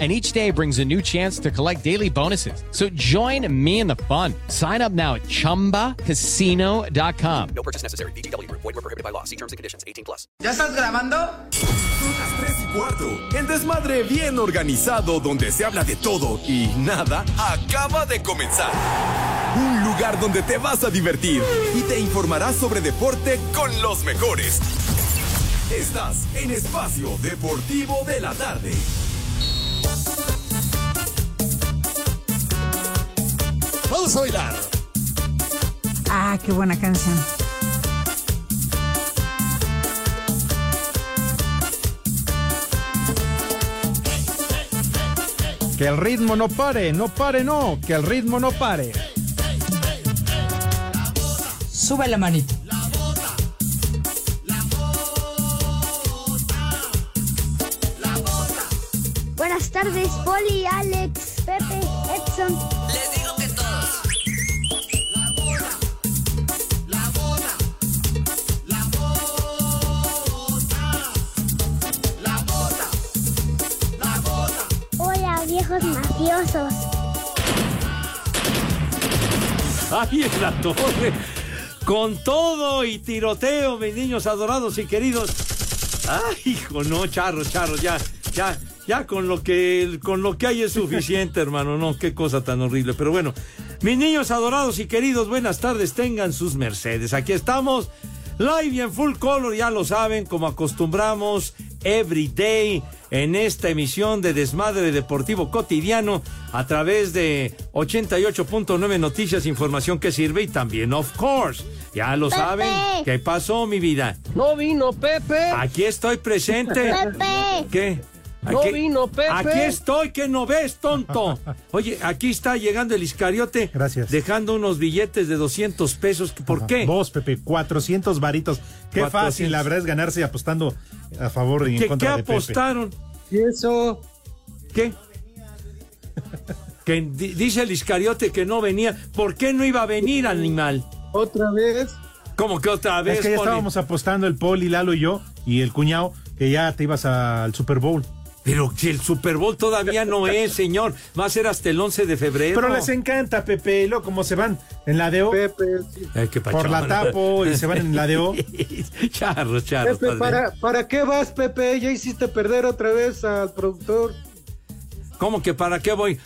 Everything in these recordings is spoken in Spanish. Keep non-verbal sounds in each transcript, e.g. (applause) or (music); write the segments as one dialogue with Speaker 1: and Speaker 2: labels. Speaker 1: and each day brings a new chance to collect daily bonuses. So join me in the fun. Sign up now at ChumbaCasino.com.
Speaker 2: No purchase necessary. BGW. Void were prohibited by law. See terms and conditions. 18 plus.
Speaker 3: ¿Ya estás grabando?
Speaker 4: Las tres y cuarto. El desmadre bien organizado donde se habla de todo y nada acaba de comenzar. Un lugar donde te vas a divertir y te informarás sobre deporte con los mejores. Estás en Espacio Deportivo de la Tarde.
Speaker 5: Vamos a bailar.
Speaker 6: Ah, qué buena canción.
Speaker 7: Que el ritmo no pare, no pare, no, que el ritmo no pare.
Speaker 8: Sube la manito.
Speaker 9: Buenas tardes, Poli, Alex, Pepe, Edson.
Speaker 10: Les digo que todos.
Speaker 9: Hola, viejos mafiosos.
Speaker 11: Ahí en la torre. Con todo y tiroteo, mis niños adorados y queridos. Ay, hijo, no, charro, charro, ya, ya, ya con lo que con lo que hay es suficiente, (laughs) hermano. No, qué cosa tan horrible. Pero bueno, mis niños adorados y queridos, buenas tardes, tengan sus mercedes. Aquí estamos, live y en full color, ya lo saben, como acostumbramos, every day en esta emisión de Desmadre Deportivo Cotidiano a través de 88.9 Noticias, información que sirve y también, of course, ya lo saben, ¿qué pasó, mi vida?
Speaker 12: No vino Pepe.
Speaker 11: Aquí estoy presente.
Speaker 9: Pepe.
Speaker 11: ¿Qué?
Speaker 12: No vino Pepe.
Speaker 11: Aquí estoy, que no ves,
Speaker 12: (laughs)
Speaker 11: tonto. Oye, aquí está llegando el Iscariote.
Speaker 7: Gracias.
Speaker 11: Dejando unos billetes de 200 pesos. ¿Por qué?
Speaker 7: Vos, Pepe, 400 varitos. Qué
Speaker 11: 400.
Speaker 7: fácil, la verdad es ganarse apostando a favor y en
Speaker 11: ¿Qué, qué
Speaker 7: contra de Pepe.
Speaker 11: apostaron?
Speaker 12: ¿Y eso?
Speaker 11: ¿Qué? Que di- dice el Iscariote que no venía. ¿Por qué no iba a venir, animal?
Speaker 12: ¿Otra vez?
Speaker 11: Como que otra vez?
Speaker 7: Es que ya
Speaker 11: Poli?
Speaker 7: estábamos apostando el Poli, Lalo y yo y el cuñado que ya te ibas al Super Bowl.
Speaker 11: Pero si el Super Bowl todavía no es, señor. Va a ser hasta el 11 de febrero.
Speaker 7: Pero les encanta, Pepe, y luego como se van en la DO,
Speaker 12: Pepe, sí.
Speaker 11: Ay, qué
Speaker 7: por la
Speaker 11: pachón.
Speaker 7: tapo y se van en la
Speaker 11: (laughs)
Speaker 7: DO.
Speaker 11: charro, charro.
Speaker 12: Pepe,
Speaker 11: padre.
Speaker 12: ¿para, ¿para qué vas, Pepe? Ya hiciste perder otra vez al productor.
Speaker 11: ¿Cómo que para qué voy?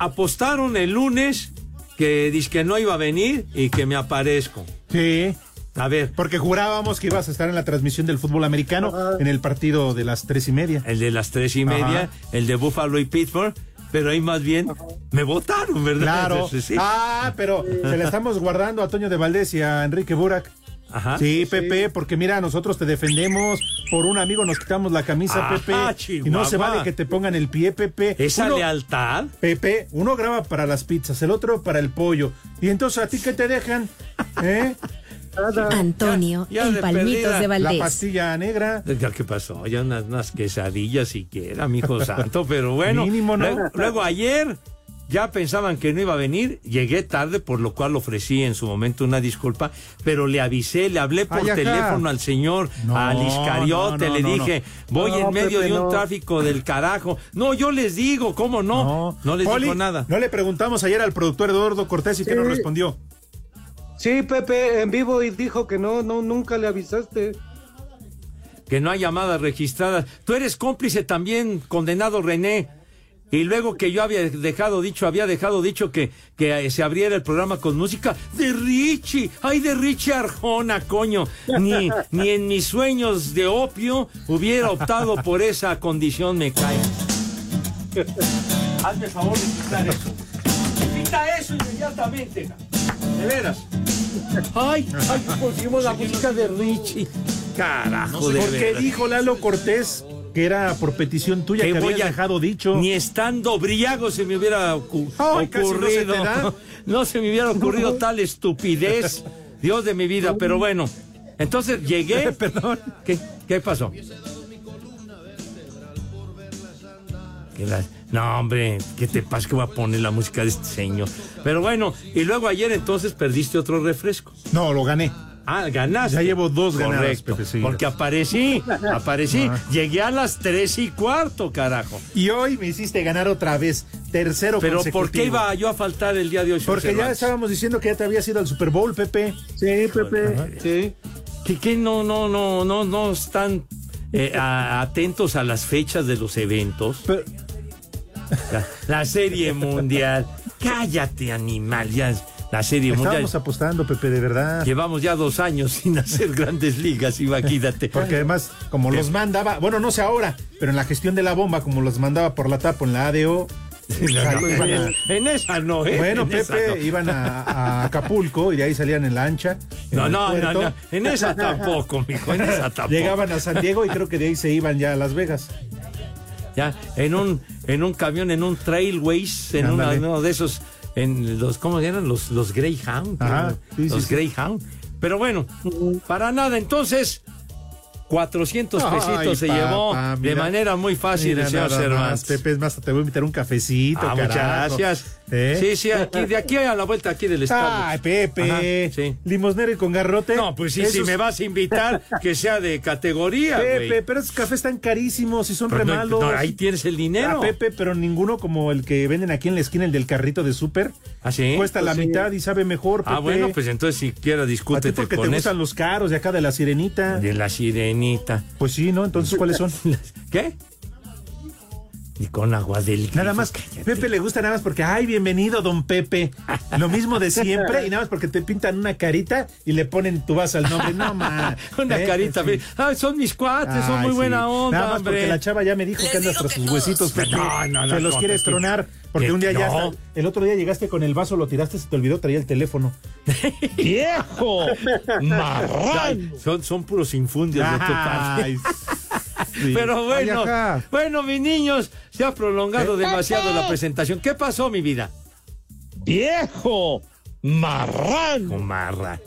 Speaker 11: Apostaron el lunes que dice que no iba a venir y que me aparezco.
Speaker 7: Sí.
Speaker 11: A ver,
Speaker 7: Porque jurábamos que ibas a estar en la transmisión del fútbol americano
Speaker 11: Ah.
Speaker 12: Ajá.
Speaker 7: en el partido de las tres y media.
Speaker 11: el de las tres y media,
Speaker 7: Ajá.
Speaker 11: el de Buffalo y Pittsburgh, pero ahí más bien me votaron, ¿verdad?
Speaker 7: Claro.
Speaker 11: Sí, sí.
Speaker 7: Ah, pero se la estamos guardando a Toño de Valdés y a Enrique Burak.
Speaker 11: Ajá.
Speaker 7: Sí, Pepe, porque mira, nosotros te defendemos. Por un amigo nos quitamos la camisa,
Speaker 11: Ajá,
Speaker 7: Pepe. Y no
Speaker 11: Chihuahua.
Speaker 7: se vale que te pongan el pie, Pepe.
Speaker 11: Esa
Speaker 7: Uno-
Speaker 11: lealtad.
Speaker 7: Pepe, uno graba para las pizzas, el otro para el pollo. Y entonces, ¿a ti qué te dejan? ¿Eh?
Speaker 12: Nada.
Speaker 6: Antonio,
Speaker 11: Ya- ya
Speaker 6: el
Speaker 11: de
Speaker 6: Palmitos
Speaker 11: perdida,
Speaker 6: de
Speaker 7: La
Speaker 6: Valdés.
Speaker 7: pastilla negra.
Speaker 11: Ya, ¿Qué pasó? Ya unas, unas quesadillas siquiera,
Speaker 7: (laughs)
Speaker 11: mijo santo, pero bueno.
Speaker 7: Mínimo, ¿no?
Speaker 11: luego, luego ayer ya pensaban que no iba a venir, llegué tarde, por lo cual ofrecí en su momento una disculpa, pero le avisé, le hablé por
Speaker 7: Ay, ajá.
Speaker 11: teléfono al señor,
Speaker 7: No,
Speaker 11: al Iscariote,
Speaker 7: no, no,
Speaker 11: le
Speaker 7: no,
Speaker 11: dije, voy
Speaker 12: No,
Speaker 11: en medio
Speaker 12: Pepe,
Speaker 11: de un
Speaker 12: no.
Speaker 11: tráfico del carajo. No, yo les digo, ¿cómo no? No, les
Speaker 7: Poli,
Speaker 11: digo nada.
Speaker 7: No le preguntamos ayer al productor Eduardo Cortés y que
Speaker 12: Sí.
Speaker 7: nos respondió.
Speaker 12: Sí, Pepe, en vivo y dijo que no, no, nunca le avisaste.
Speaker 11: que no hay llamadas registradas. Tú eres cómplice también, condenado René. Y luego que yo había dejado dicho, había dejado dicho que, que eh, se abriera el programa con música de Richie. ¡Ay, de Richie Arjona, coño! (laughs) Ni, ni en mis sueños de opio hubiera optado por esa condición, me cae. Hazme favor de quitar eso. Quita eso inmediatamente. De veras. ¡Ay! ¡Ay! Pusimos la música de Richie. Carajo, de
Speaker 7: Porque
Speaker 11: veras.
Speaker 7: dijo Lalo Cortés que era por petición tuya
Speaker 11: ¿Qué
Speaker 7: que
Speaker 11: voy
Speaker 7: habías
Speaker 11: a-
Speaker 7: dejado dicho.
Speaker 11: Ni estando briago se me hubiera ocu-
Speaker 7: Ay, casi no se te
Speaker 11: (laughs) ocurrido.
Speaker 7: da. (laughs)
Speaker 11: No se me hubiera ocurrido tal estupidez. Dios de mi vida, pero bueno. Entonces llegué.
Speaker 7: (laughs) Perdón.
Speaker 11: ¿Qué, qué pasó? Que la- No, hombre, ¿qué te pasa que voy a poner la música de este señor? Pero bueno, y luego ayer entonces perdiste otro refresco.
Speaker 7: No, lo gané.
Speaker 11: Ah, ganaste.
Speaker 7: Ya llevo dos ganadas,
Speaker 11: Correcto,
Speaker 7: Pepe, Ah. seguidas.
Speaker 11: Porque
Speaker 7: (laughs)
Speaker 11: aparecí, aparecí. Llegué a las tres y cuarto, carajo.
Speaker 7: Y hoy me hiciste ganar otra vez. Tercero
Speaker 11: Pero ¿por qué
Speaker 7: consecutivo.
Speaker 11: iba yo a faltar el día de hoy? señor
Speaker 7: Porque ya
Speaker 11: Cervantes?
Speaker 7: estábamos diciendo que ya te habías ido al Super Bowl, Pepe.
Speaker 12: Sí, Pepe,
Speaker 11: Ajá.
Speaker 12: sí.
Speaker 11: que, que no, no, no, no, no están eh, a- atentos a las fechas de los eventos.
Speaker 7: Pero-
Speaker 11: La, la
Speaker 7: (laughs)
Speaker 11: serie mundial. Cállate, animal. Ya, la serie mundial.
Speaker 7: Estábamos apostando, Pepe, de verdad.
Speaker 11: Llevamos ya dos años sin hacer grandes ligas, imagínate.
Speaker 7: Porque además, como los mandaba, bueno, no sé ahora, pero en la gestión de la bomba, como los mandaba por la tapo en la ADO,
Speaker 11: (laughs)
Speaker 7: (laughs) iban a-
Speaker 11: En esa no, ¿eh?
Speaker 7: bueno,
Speaker 11: En esa
Speaker 7: Pepe,
Speaker 11: no.
Speaker 7: iban a, a Acapulco y de ahí salían en la ancha. en
Speaker 11: No,
Speaker 7: el
Speaker 11: no, no,
Speaker 7: puerto,
Speaker 11: no, en esa tampoco, mijo,
Speaker 7: (laughs)
Speaker 11: en esa tampoco.
Speaker 7: Llegaban a San Diego y creo que de ahí se iban ya a Las Vegas.
Speaker 11: Ya, en un, en un camión, en un trailways, en una-
Speaker 7: Ándale.
Speaker 11: uno de esos, en los, ¿cómo eran? Los, los Greyhound.
Speaker 7: Ajá,
Speaker 11: ¿no?
Speaker 7: sí, sí,
Speaker 11: los
Speaker 7: sí.
Speaker 11: Greyhound. Pero bueno, para nada, entonces, 400
Speaker 7: Ay,
Speaker 11: pesitos se
Speaker 7: papá,
Speaker 11: llevó de
Speaker 7: mira.
Speaker 11: manera muy fácil,
Speaker 7: Mira
Speaker 11: el señor
Speaker 7: nada más,
Speaker 11: Cervantes.
Speaker 7: Pepe, es más, te voy a invitar un cafecito,
Speaker 11: Ah, muchas
Speaker 7: carajo.
Speaker 11: gracias.
Speaker 7: ¿Eh?
Speaker 11: Sí, sí, aquí, de aquí a la vuelta aquí del estado.
Speaker 7: Ay, Pepe.
Speaker 11: Ajá, sí.
Speaker 7: Limosnero y con garrote.
Speaker 11: No, pues sí,
Speaker 7: Esos-
Speaker 11: si me vas a invitar, que sea de categoría, güey.
Speaker 7: Pepe, pero esos cafés están carísimos y son
Speaker 11: Pero
Speaker 7: re
Speaker 11: no,
Speaker 7: malos.
Speaker 11: no, ahí tienes el dinero.
Speaker 7: Ah, Pepe, pero ninguno como el que venden aquí en la esquina, el del carrito de súper.
Speaker 11: ¿Ah, sí?
Speaker 7: Cuesta la mitad y sabe mejor, Pepe.
Speaker 11: Ah, bueno, pues entonces siquiera
Speaker 7: A ti
Speaker 11: discútete
Speaker 7: porque te
Speaker 11: con eso.
Speaker 7: gustan los caros de acá de la sirenita.
Speaker 11: De la sirenita.
Speaker 7: Pues sí, ¿no? Entonces, ¿cuáles
Speaker 11: (laughs)
Speaker 7: son?
Speaker 11: ¿Qué? Y con agua del
Speaker 7: Nada
Speaker 11: grifo,
Speaker 7: más,
Speaker 11: cállate.
Speaker 7: Pepe le gusta nada más porque, ay, bienvenido, don Pepe. Lo mismo de siempre y nada más porque te pintan una carita y le ponen tu vas al nombre. No, ma.
Speaker 11: Ah, (laughs) Una
Speaker 7: ¿Eh?
Speaker 11: carita.
Speaker 7: Sí.
Speaker 11: ve. Ay, son mis cuates, son
Speaker 7: Ay,
Speaker 11: muy
Speaker 7: sí.
Speaker 11: buena onda,
Speaker 7: Nada más porque
Speaker 11: hombre.
Speaker 7: la chava ya me dijo que anda tras sus huesitos, Pepe.
Speaker 11: No, no, no,
Speaker 7: Se los
Speaker 11: no,
Speaker 7: quieres
Speaker 11: Pepe.
Speaker 7: tronar. Porque
Speaker 11: Que
Speaker 7: un día ya.
Speaker 11: no.
Speaker 7: hasta- el otro día llegaste con el vaso, lo tiraste, se te olvidó, traía el teléfono.
Speaker 11: ¡Viejo! (laughs) ¡Marrón! Son, son puros infundios de tu parte. (laughs)
Speaker 7: Ay, sí.
Speaker 11: Pero bueno,
Speaker 7: Ay, ajá.
Speaker 11: bueno, mis niños, se ha prolongado demasiado la
Speaker 9: Pepe.
Speaker 11: presentación. ¿Qué pasó, mi vida?
Speaker 3: viejo,
Speaker 7: (laughs)
Speaker 3: marrán.
Speaker 11: Comarra.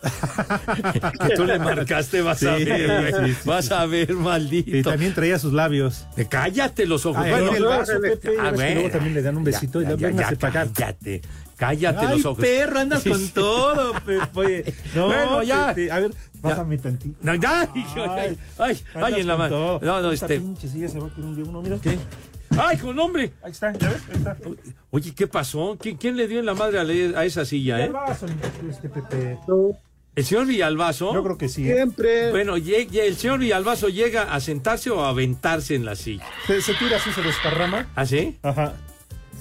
Speaker 11: que tú le marcaste, vas a
Speaker 7: Sí,
Speaker 11: ver, güey.
Speaker 7: sí, sí,
Speaker 11: vas a ver,
Speaker 7: Y
Speaker 11: maldito.
Speaker 7: también traía sus labios.
Speaker 11: Eh, Cállate los ojos.
Speaker 7: Ah,
Speaker 11: Bueno,
Speaker 7: en el vaso,
Speaker 11: no,
Speaker 7: Pepe, ya ves que luego también le dan un besito y
Speaker 11: Ah, ya,
Speaker 7: ya,
Speaker 11: ya,
Speaker 7: véngase
Speaker 11: ya,
Speaker 7: pa' acá.
Speaker 11: Cállate, cállate los ojos.
Speaker 7: andas
Speaker 11: Sí, sí.
Speaker 7: todo,
Speaker 11: (laughs)
Speaker 7: Pepe. No,
Speaker 11: Bueno, ya.
Speaker 7: Pepe, A ver, bájame tantito.
Speaker 11: No, ya, (laughs) hijo, ay, ay, ay,
Speaker 7: Andas
Speaker 11: en la
Speaker 7: con
Speaker 11: mano.
Speaker 7: todo.
Speaker 11: No, no,
Speaker 7: Esta
Speaker 11: este.
Speaker 7: pinche silla se va a caer un día. Uno, mira.
Speaker 11: Ay, con hombre.
Speaker 7: Ahí está, ya ves, ahí
Speaker 11: ¿Eh?
Speaker 7: está.
Speaker 11: Oye, ¿qué pasó? ¿Qui- ¿Quién le dio en la madre a, la- a esa silla, eh?
Speaker 7: El vaso, este Pepe.
Speaker 11: ¿El señor Villalbazo?
Speaker 7: Yo creo que sí. ¿eh?
Speaker 12: Siempre.
Speaker 11: Bueno, lle- lle- el señor Villalbazo llega a sentarse o a aventarse en la silla.
Speaker 7: Se, se tira así, se desparrama.
Speaker 11: ¿Ah, sí?
Speaker 7: Ajá.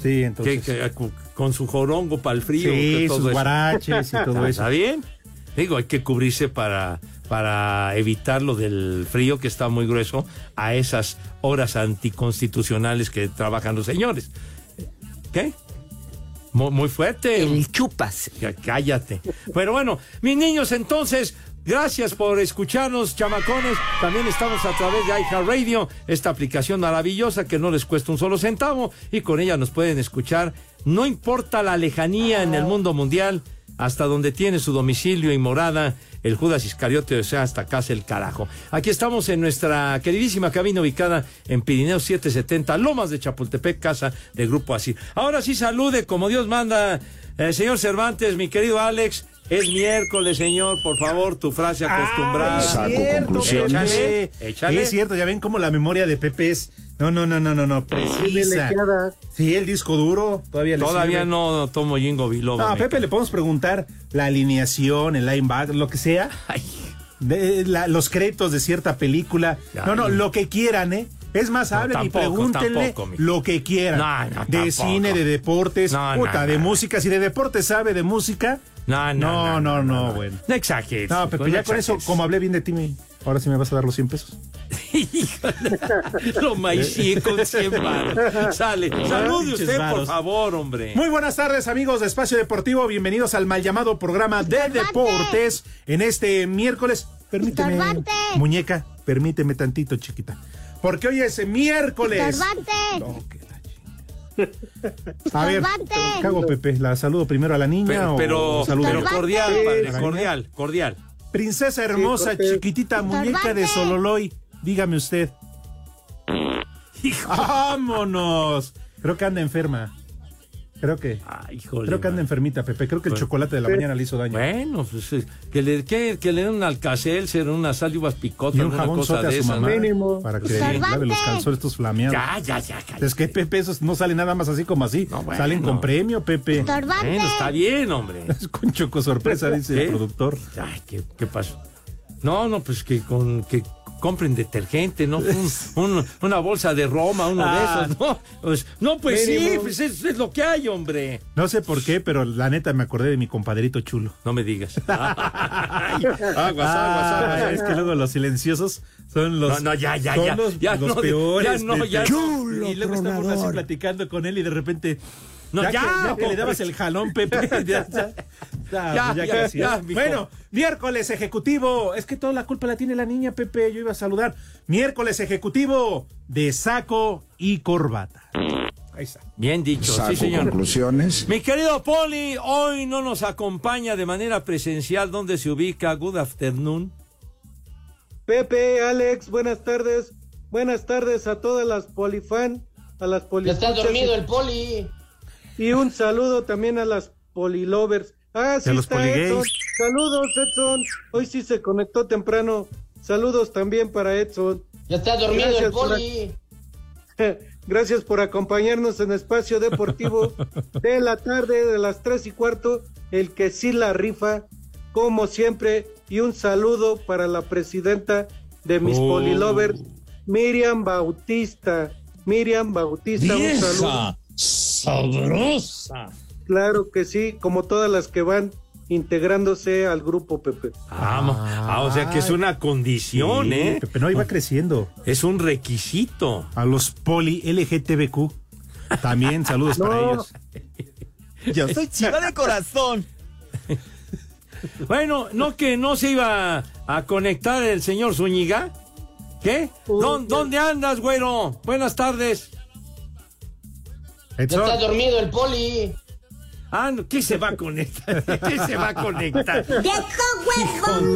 Speaker 7: Sí,
Speaker 11: Que-
Speaker 7: entonces.
Speaker 11: que- cu- con su jorongo para el frío. que
Speaker 7: Sí,
Speaker 11: todo
Speaker 7: sus
Speaker 11: eso.
Speaker 7: guaraches y
Speaker 11: (laughs)
Speaker 7: todo eso.
Speaker 11: ¿Está bien? Digo, hay que cubrirse para, para evitar lo del frío que está muy grueso a esas horas anticonstitucionales que trabajan los señores. ¿Qué? Muy, muy fuerte.
Speaker 3: El chupas.
Speaker 11: Ya, Cállate. Pero bueno, mis niños, entonces, gracias por escucharnos, chamacones. También estamos a través de iHeartRadio, esta aplicación maravillosa que no les cuesta un solo centavo y con ella nos pueden escuchar, no importa la lejanía en el mundo mundial, hasta donde tiene su domicilio y morada el Judas Iscariote, o sea, hasta casa el carajo. Aquí estamos en nuestra queridísima cabina ubicada en Pirineo 770, Lomas de Chapultepec, casa de Grupo Así. Ahora sí salude como Dios manda, eh, señor Cervantes, mi querido Alex. Es miércoles, señor, por favor, tu frase acostumbrada.
Speaker 7: Ah, es cierto,
Speaker 11: Échale,
Speaker 7: Pepe.
Speaker 11: échale.
Speaker 7: Es cierto, ya ven cómo la memoria de Pepe es. No, no, no, no, no, no. Precisa. Sí, el disco duro todavía le
Speaker 11: Todavía
Speaker 7: sirve.
Speaker 11: no tomo Jingo Biloba.
Speaker 7: No, a
Speaker 11: me
Speaker 7: Pepe le podemos preguntar la alineación, el lineback, lo que sea.
Speaker 11: Ay.
Speaker 7: de- la- los créditos de cierta película.
Speaker 11: Ya,
Speaker 7: no, no,
Speaker 11: no.
Speaker 7: lo que quieran, ¿eh? Es más,
Speaker 11: No,
Speaker 7: hablen
Speaker 11: tampoco,
Speaker 7: y pregúntenle
Speaker 11: tampoco, mijo.
Speaker 7: lo que quieran.
Speaker 11: No, no,
Speaker 7: de
Speaker 11: tampoco.
Speaker 7: cine, de deportes,
Speaker 11: No, no,
Speaker 7: puta,
Speaker 11: no,
Speaker 7: de
Speaker 11: no.
Speaker 7: música. Si de deportes sabe de música.
Speaker 11: No, no,
Speaker 7: no, no,
Speaker 11: no.
Speaker 7: bueno.
Speaker 11: No exageres.
Speaker 7: No, Pepe, ya con eso,
Speaker 11: exageres.
Speaker 7: como hablé bien de ti, me- ahora sí me vas a dar los 100 pesos.
Speaker 11: Lo maicié con 100 varos. Sale. Salude
Speaker 7: Pinches
Speaker 11: usted, por
Speaker 7: varos.
Speaker 11: favor, hombre.
Speaker 7: Muy buenas tardes amigos de Espacio Deportivo, bienvenidos al mal llamado programa de deportes en este miércoles. Permíteme,
Speaker 9: Estorbante.
Speaker 7: muñeca, permíteme tantito, chiquita. Porque hoy es miércoles.
Speaker 9: Estorbante.
Speaker 7: No, que la chingada. A ver,
Speaker 9: Estorbante.
Speaker 7: ¿qué hago, Pepe? ¿La saludo primero a la niña
Speaker 11: pero,
Speaker 7: o
Speaker 11: pero,
Speaker 7: saludo?
Speaker 11: pero cordial, padre,
Speaker 7: Sí.
Speaker 11: cordial, cordial.
Speaker 7: Princesa hermosa,
Speaker 12: Sí, Pepe.
Speaker 7: chiquitita, muñeca de
Speaker 9: Barbante.
Speaker 7: Sololoy. Dígame usted.
Speaker 11: Hijo.
Speaker 7: Ah, ¡Vámonos! Creo que anda enferma. Creo que.
Speaker 11: Ah, híjole,
Speaker 7: Creo que anda
Speaker 11: man.
Speaker 7: enfermita, Pepe. Creo que el
Speaker 11: Pues-
Speaker 7: chocolate de la mañana le hizo daño.
Speaker 11: Bueno, pues eh, que le, que, que le den un alcacelser, una sal y uvas picota,
Speaker 7: Y un
Speaker 11: alguna
Speaker 7: jabón
Speaker 11: cosa
Speaker 7: sote a
Speaker 11: de
Speaker 7: su
Speaker 11: esas. ¿no?
Speaker 7: mamá.
Speaker 12: Mínimo.
Speaker 7: Para que
Speaker 9: Sorbante.
Speaker 7: lave los calzones estos flameados.
Speaker 11: Ya, ya, ya. cállate.
Speaker 7: Es que Pepe, esos no salen nada más así como así.
Speaker 11: No, bueno.
Speaker 7: Salen con premio, Pepe.
Speaker 9: Estorbante.
Speaker 11: Bueno, está bien, hombre.
Speaker 7: (laughs) Es con choco sorpresa, dice
Speaker 11: ¿Eh?
Speaker 7: el productor.
Speaker 11: Ay, ¿qué, qué pasó? No, no, pues que con que compren detergente, ¿no? Un- un- una bolsa de Roma, uno
Speaker 7: Ah.
Speaker 11: de esos, ¿no? Pues, no, pues sí,
Speaker 12: Mínimo.
Speaker 11: pues es, es lo que hay, hombre.
Speaker 7: No sé por qué, pero la neta me acordé de mi compadrito chulo.
Speaker 11: No
Speaker 7: (laughs)
Speaker 11: me digas. Ay,
Speaker 7: Ah, Es que luego los silenciosos son los.
Speaker 11: No, no, ya, ya,
Speaker 7: son
Speaker 11: ya,
Speaker 7: Los,
Speaker 11: ya
Speaker 7: los
Speaker 11: no,
Speaker 7: peores.
Speaker 11: ya no,
Speaker 7: Pepe.
Speaker 11: ya no.
Speaker 5: Chulo
Speaker 7: Y luego estamos así
Speaker 5: tronador.
Speaker 7: platicando con él y de repente.
Speaker 11: No,
Speaker 7: ya, que,
Speaker 11: ya,
Speaker 7: ya que
Speaker 11: hombre.
Speaker 7: le dabas el jalón,
Speaker 11: (laughs)
Speaker 7: Pepe. ya, ya,
Speaker 11: Ya,
Speaker 7: pues
Speaker 11: ya,
Speaker 7: que sí.
Speaker 11: ya, mijo.
Speaker 7: Bueno, miércoles ejecutivo. Es que toda la culpa la tiene la niña, Pepe. Yo iba a saludar. Miércoles ejecutivo de saco y corbata. Ahí está.
Speaker 11: Bien dicho, sí, señor.
Speaker 5: conclusiones.
Speaker 11: Mi querido Poli, hoy no nos acompaña de manera presencial donde se ubica Good Afternoon.
Speaker 12: Pepe, Alex, buenas tardes. Buenas tardes a todas las polifan, a las poli.
Speaker 10: poli.
Speaker 12: Y un saludo también a las polilovers. Ah, sí
Speaker 7: a los
Speaker 12: está
Speaker 7: poligays.
Speaker 12: Edson. Saludos, Edson. Hoy sí se conectó temprano. Saludos también para Edson.
Speaker 10: Ya está
Speaker 12: dormido el Gracias, Poli. (laughs) Gracias por acompañarnos en Espacio
Speaker 7: (laughs)
Speaker 12: Deportivo de la tarde de las tres y cuarto, el que sí la rifa, como siempre, y un saludo para la presidenta de mis
Speaker 11: Oh.
Speaker 12: polilovers, Miriam Bautista. Miriam Bautista, un saludo.
Speaker 5: Vieja sabrosa.
Speaker 12: Claro que sí, como todas las que van integrándose al grupo Pepe.
Speaker 11: Ah, ma- ah, o sea que es una condición,
Speaker 7: Sí,
Speaker 11: ¿eh?
Speaker 7: Pepe, no iba creciendo.
Speaker 11: Es un requisito.
Speaker 7: A los poli LGTBQ. También saludos para
Speaker 12: No.
Speaker 7: ellos.
Speaker 5: Yo soy chiva de corazón.
Speaker 11: Bueno, no que no se iba a conectar el señor Zúñiga. ¿Qué?
Speaker 12: Uy,
Speaker 11: ¿Dó-
Speaker 12: qué-
Speaker 11: ¿Dónde andas, güero? Buenas tardes.
Speaker 7: Edson.
Speaker 10: dormido el poli.
Speaker 11: Ah, no, ¿qué se va a conectar? (laughs) ¿Qué se va a conectar?
Speaker 9: Viejo huevo.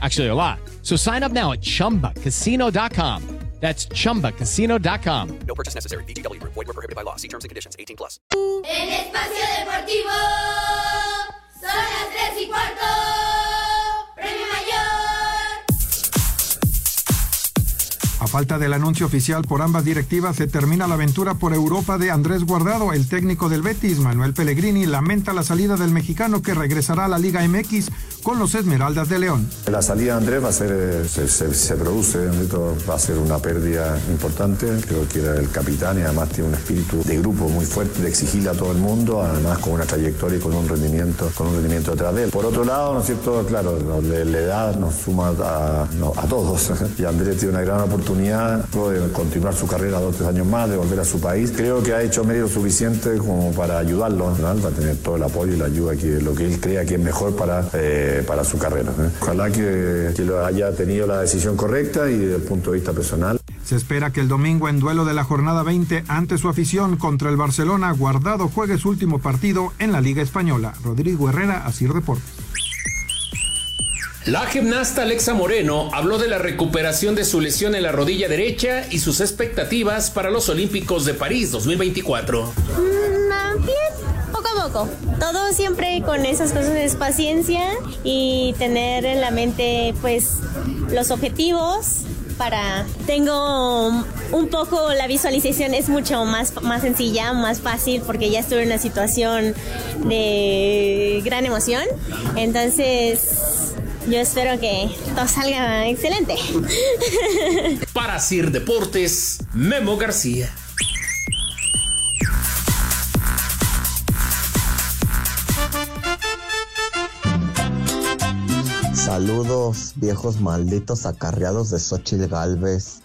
Speaker 1: Actually, a lot. So sign up now at chumbacasino.com. That's chumbacasino.com.
Speaker 2: No purchase necessary. VGW Group. Void were prohibited by law. See terms and conditions. 18 plus.
Speaker 13: En Espacio Deportivo son las tres y cuarto. Premio Mayor.
Speaker 14: A falta del anuncio oficial por ambas directivas, se termina la aventura por Europa de Andrés Guardado. El técnico del Betis, Manuel Pellegrini, lamenta la salida del mexicano que regresará a la Liga MX con los Esmeraldas de León.
Speaker 15: La salida de Andrés va a ser, eh, se, se- se produce, Andrito va a ser una pérdida importante. Creo que era el capitán y además tiene un espíritu de grupo muy fuerte, de exigirle a todo el mundo, además con una trayectoria y con un rendimiento, con un rendimiento detrás de él. Por otro lado, ¿no es cierto? Claro, no, le- la edad nos suma a, no, a todos ¿eh? y Andrés tiene una gran oportunidad creo, de continuar su carrera dos o tres años más, de volver a su país. Creo que ha hecho mérito suficiente como para ayudarlo, ¿no? va a tener todo el apoyo y la ayuda que lo que él crea que es mejor para, eh, para su carrera. ¿eh? Ojalá que, que lo haya tenido la decisión correcta y desde el punto de vista personal.
Speaker 14: Se espera que el domingo en duelo de la jornada 20 ante su afición contra el Barcelona, Guardado juegue su último partido en la Liga Española. Rodrigo Herrera, Asir Deportes.
Speaker 16: La gimnasta Alexa Moreno habló de la recuperación de su lesión en la rodilla derecha y sus expectativas para los Olímpicos de París 2024.
Speaker 17: Mm, Bien, poco a poco. Todo siempre con esas cosas es paciencia y tener en la mente pues los objetivos para... Tengo un poco la visualización es mucho más, más sencilla, más fácil porque ya estuve en una situación de gran emoción. Entonces yo espero que todo salga excelente.
Speaker 16: Para Sir Deportes, Memo García.
Speaker 18: Saludos, viejos malditos acarreados de Xochitl Galvez.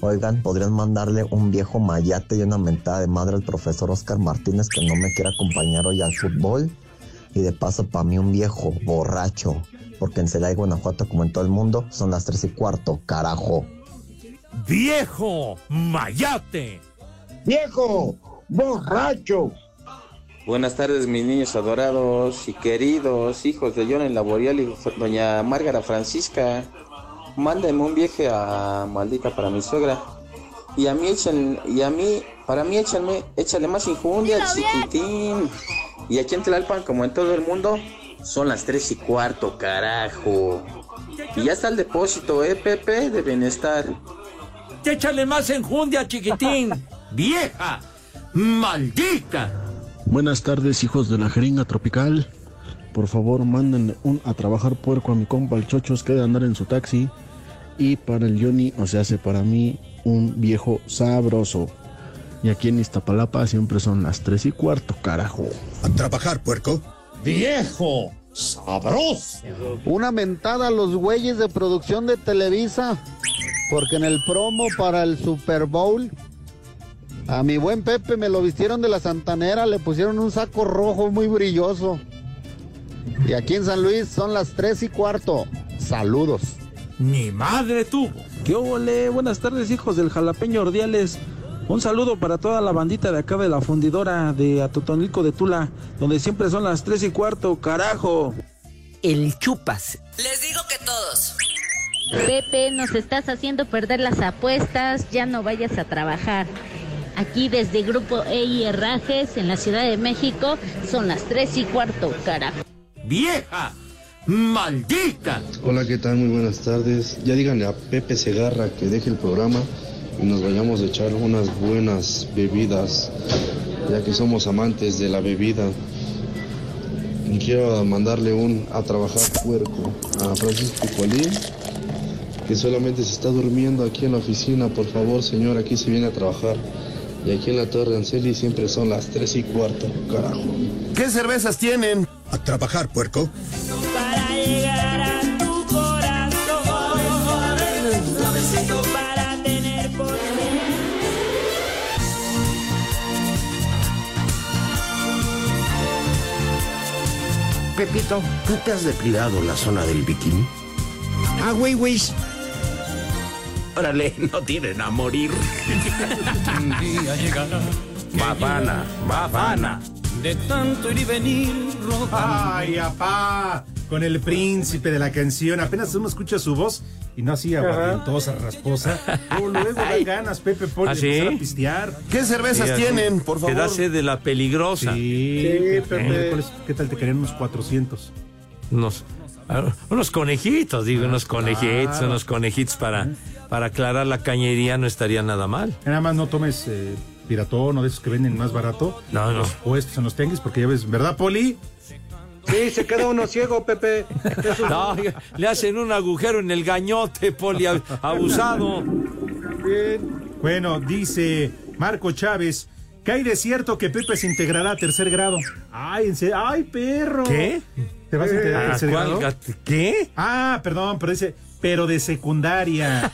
Speaker 18: Oigan, podrían mandarle un viejo mayate y una mentada de madre al profesor Oscar Martínez que no me quiere acompañar hoy al fútbol. Y de paso, para mí, un viejo borracho. Porque en Celaya, Guanajuato, como en todo el mundo, son las tres y cuarto, carajo.
Speaker 11: ¡Viejo mayate!
Speaker 19: ¡Viejo borracho!
Speaker 20: Buenas tardes, mis niños adorados y queridos hijos de John el Laborial y doña Márgara Francisca. Mándenme un viaje a maldita para mi suegra. Y a mí échenle, y a mí, para mí échenme, échale más injundia al chiquitín. Y aquí en Tlalpan, como en todo el mundo, son las tres y cuarto, carajo. Y ya está el depósito, eh, Pepe, de bienestar.
Speaker 11: Échale más
Speaker 20: (laughs)
Speaker 11: enjundia, chiquitín. ¡Vieja! ¡Maldita!
Speaker 21: Buenas tardes, hijos de la jeringa tropical. Por favor, manden un a trabajar puerco a mi compa el Chochos que debe andar en su taxi. Y para el Johnny, o sea, hace para mí un viejo sabroso. Y aquí en Iztapalapa siempre son las tres y cuarto, carajo.
Speaker 22: A trabajar, puerco.
Speaker 19: ¡Viejo! ¡Sabroso!
Speaker 23: Una mentada a los güeyes de producción de Televisa. Porque en el promo para el Super Bowl a mi buen Pepe me lo vistieron de la Santanera, le pusieron un saco rojo muy brilloso. Y aquí en San Luis son las 3 y cuarto. Saludos.
Speaker 11: Mi madre tuvo.
Speaker 24: ¿Qué ole? Eh, Buenas tardes, hijos del jalapeño Ordiales. Un saludo para toda la bandita de acá de la fundidora de Atotonilco de Tula, donde siempre son las 3 y cuarto, carajo.
Speaker 25: El chupas.
Speaker 26: Les digo que todos.
Speaker 27: Pepe, nos estás haciendo perder las apuestas, ya no vayas a trabajar. Aquí desde Grupo EI Herrajes en la Ciudad de México son las 3 y cuarto, carajo.
Speaker 11: ¡Vieja! ¡Maldita!
Speaker 28: Hola, ¿qué tal? Muy buenas tardes. Ya díganle a Pepe Segarra que deje el programa y nos vayamos a echar unas buenas bebidas, ya que somos amantes de la bebida. Y quiero mandarle un a trabajar puerco a Francisco Colín que solamente se está durmiendo aquí en la oficina. Por favor, señor, aquí se viene a trabajar. Y aquí en la Torre Anceli siempre son las 3 y cuarto, carajo.
Speaker 22: ¿Qué cervezas tienen? A trabajar, puerco.
Speaker 26: Para llegar a tu corazón, necesito para tener poder.
Speaker 29: Pepito, ¿tú te has depilado la zona del bikini?
Speaker 28: Ah, güey, güey.
Speaker 29: Órale, no tienen a morir.
Speaker 30: (laughs) Un día llegará.
Speaker 29: Bavana, Bavana.
Speaker 30: De tanto ir y venir rogando.
Speaker 7: Ay, apá, con el príncipe de la canción. Apenas uno escucha su voz y no así aguardientosa,
Speaker 11: (laughs)
Speaker 7: rasposa. O luego da ganas, Pepe, por
Speaker 11: ¿Ah, sí?
Speaker 7: empezar a pistear.
Speaker 11: ¿Qué cervezas tienen, por favor? Quedarse de la peligrosa.
Speaker 7: Sí,
Speaker 11: Sí,
Speaker 7: Pepe.
Speaker 11: Pepe.
Speaker 7: ¿cuáles- ¿Qué tal te querían unos 400?
Speaker 11: unos, ah, unos conejitos, digo, unos conejitos,
Speaker 7: claro.
Speaker 11: unos conejitos para, para aclarar la cañería no estaría nada (laughs) mal.
Speaker 7: Nada más no tomes eh, piratón o de esos que venden más barato.
Speaker 11: No, no.
Speaker 7: Los puestos en los tianguis, porque ya ves, ¿verdad, Poli?
Speaker 12: Sí, se queda uno ciego, Pepe.
Speaker 11: No, le hacen un agujero en el gañote, poli ab- abusado.
Speaker 7: Bueno, dice Marco Chávez. Que hay de cierto que Pepe se integrará a tercer grado. Ay, en se- ay, perro.
Speaker 11: ¿Qué?
Speaker 7: ¿Te vas a integrar a
Speaker 11: Ah,
Speaker 7: tercer
Speaker 11: ¿cuál
Speaker 7: grado?
Speaker 11: gat- ¿Qué?
Speaker 7: Ah, perdón, pero dice, pero de
Speaker 11: (laughs)
Speaker 7: secundaria.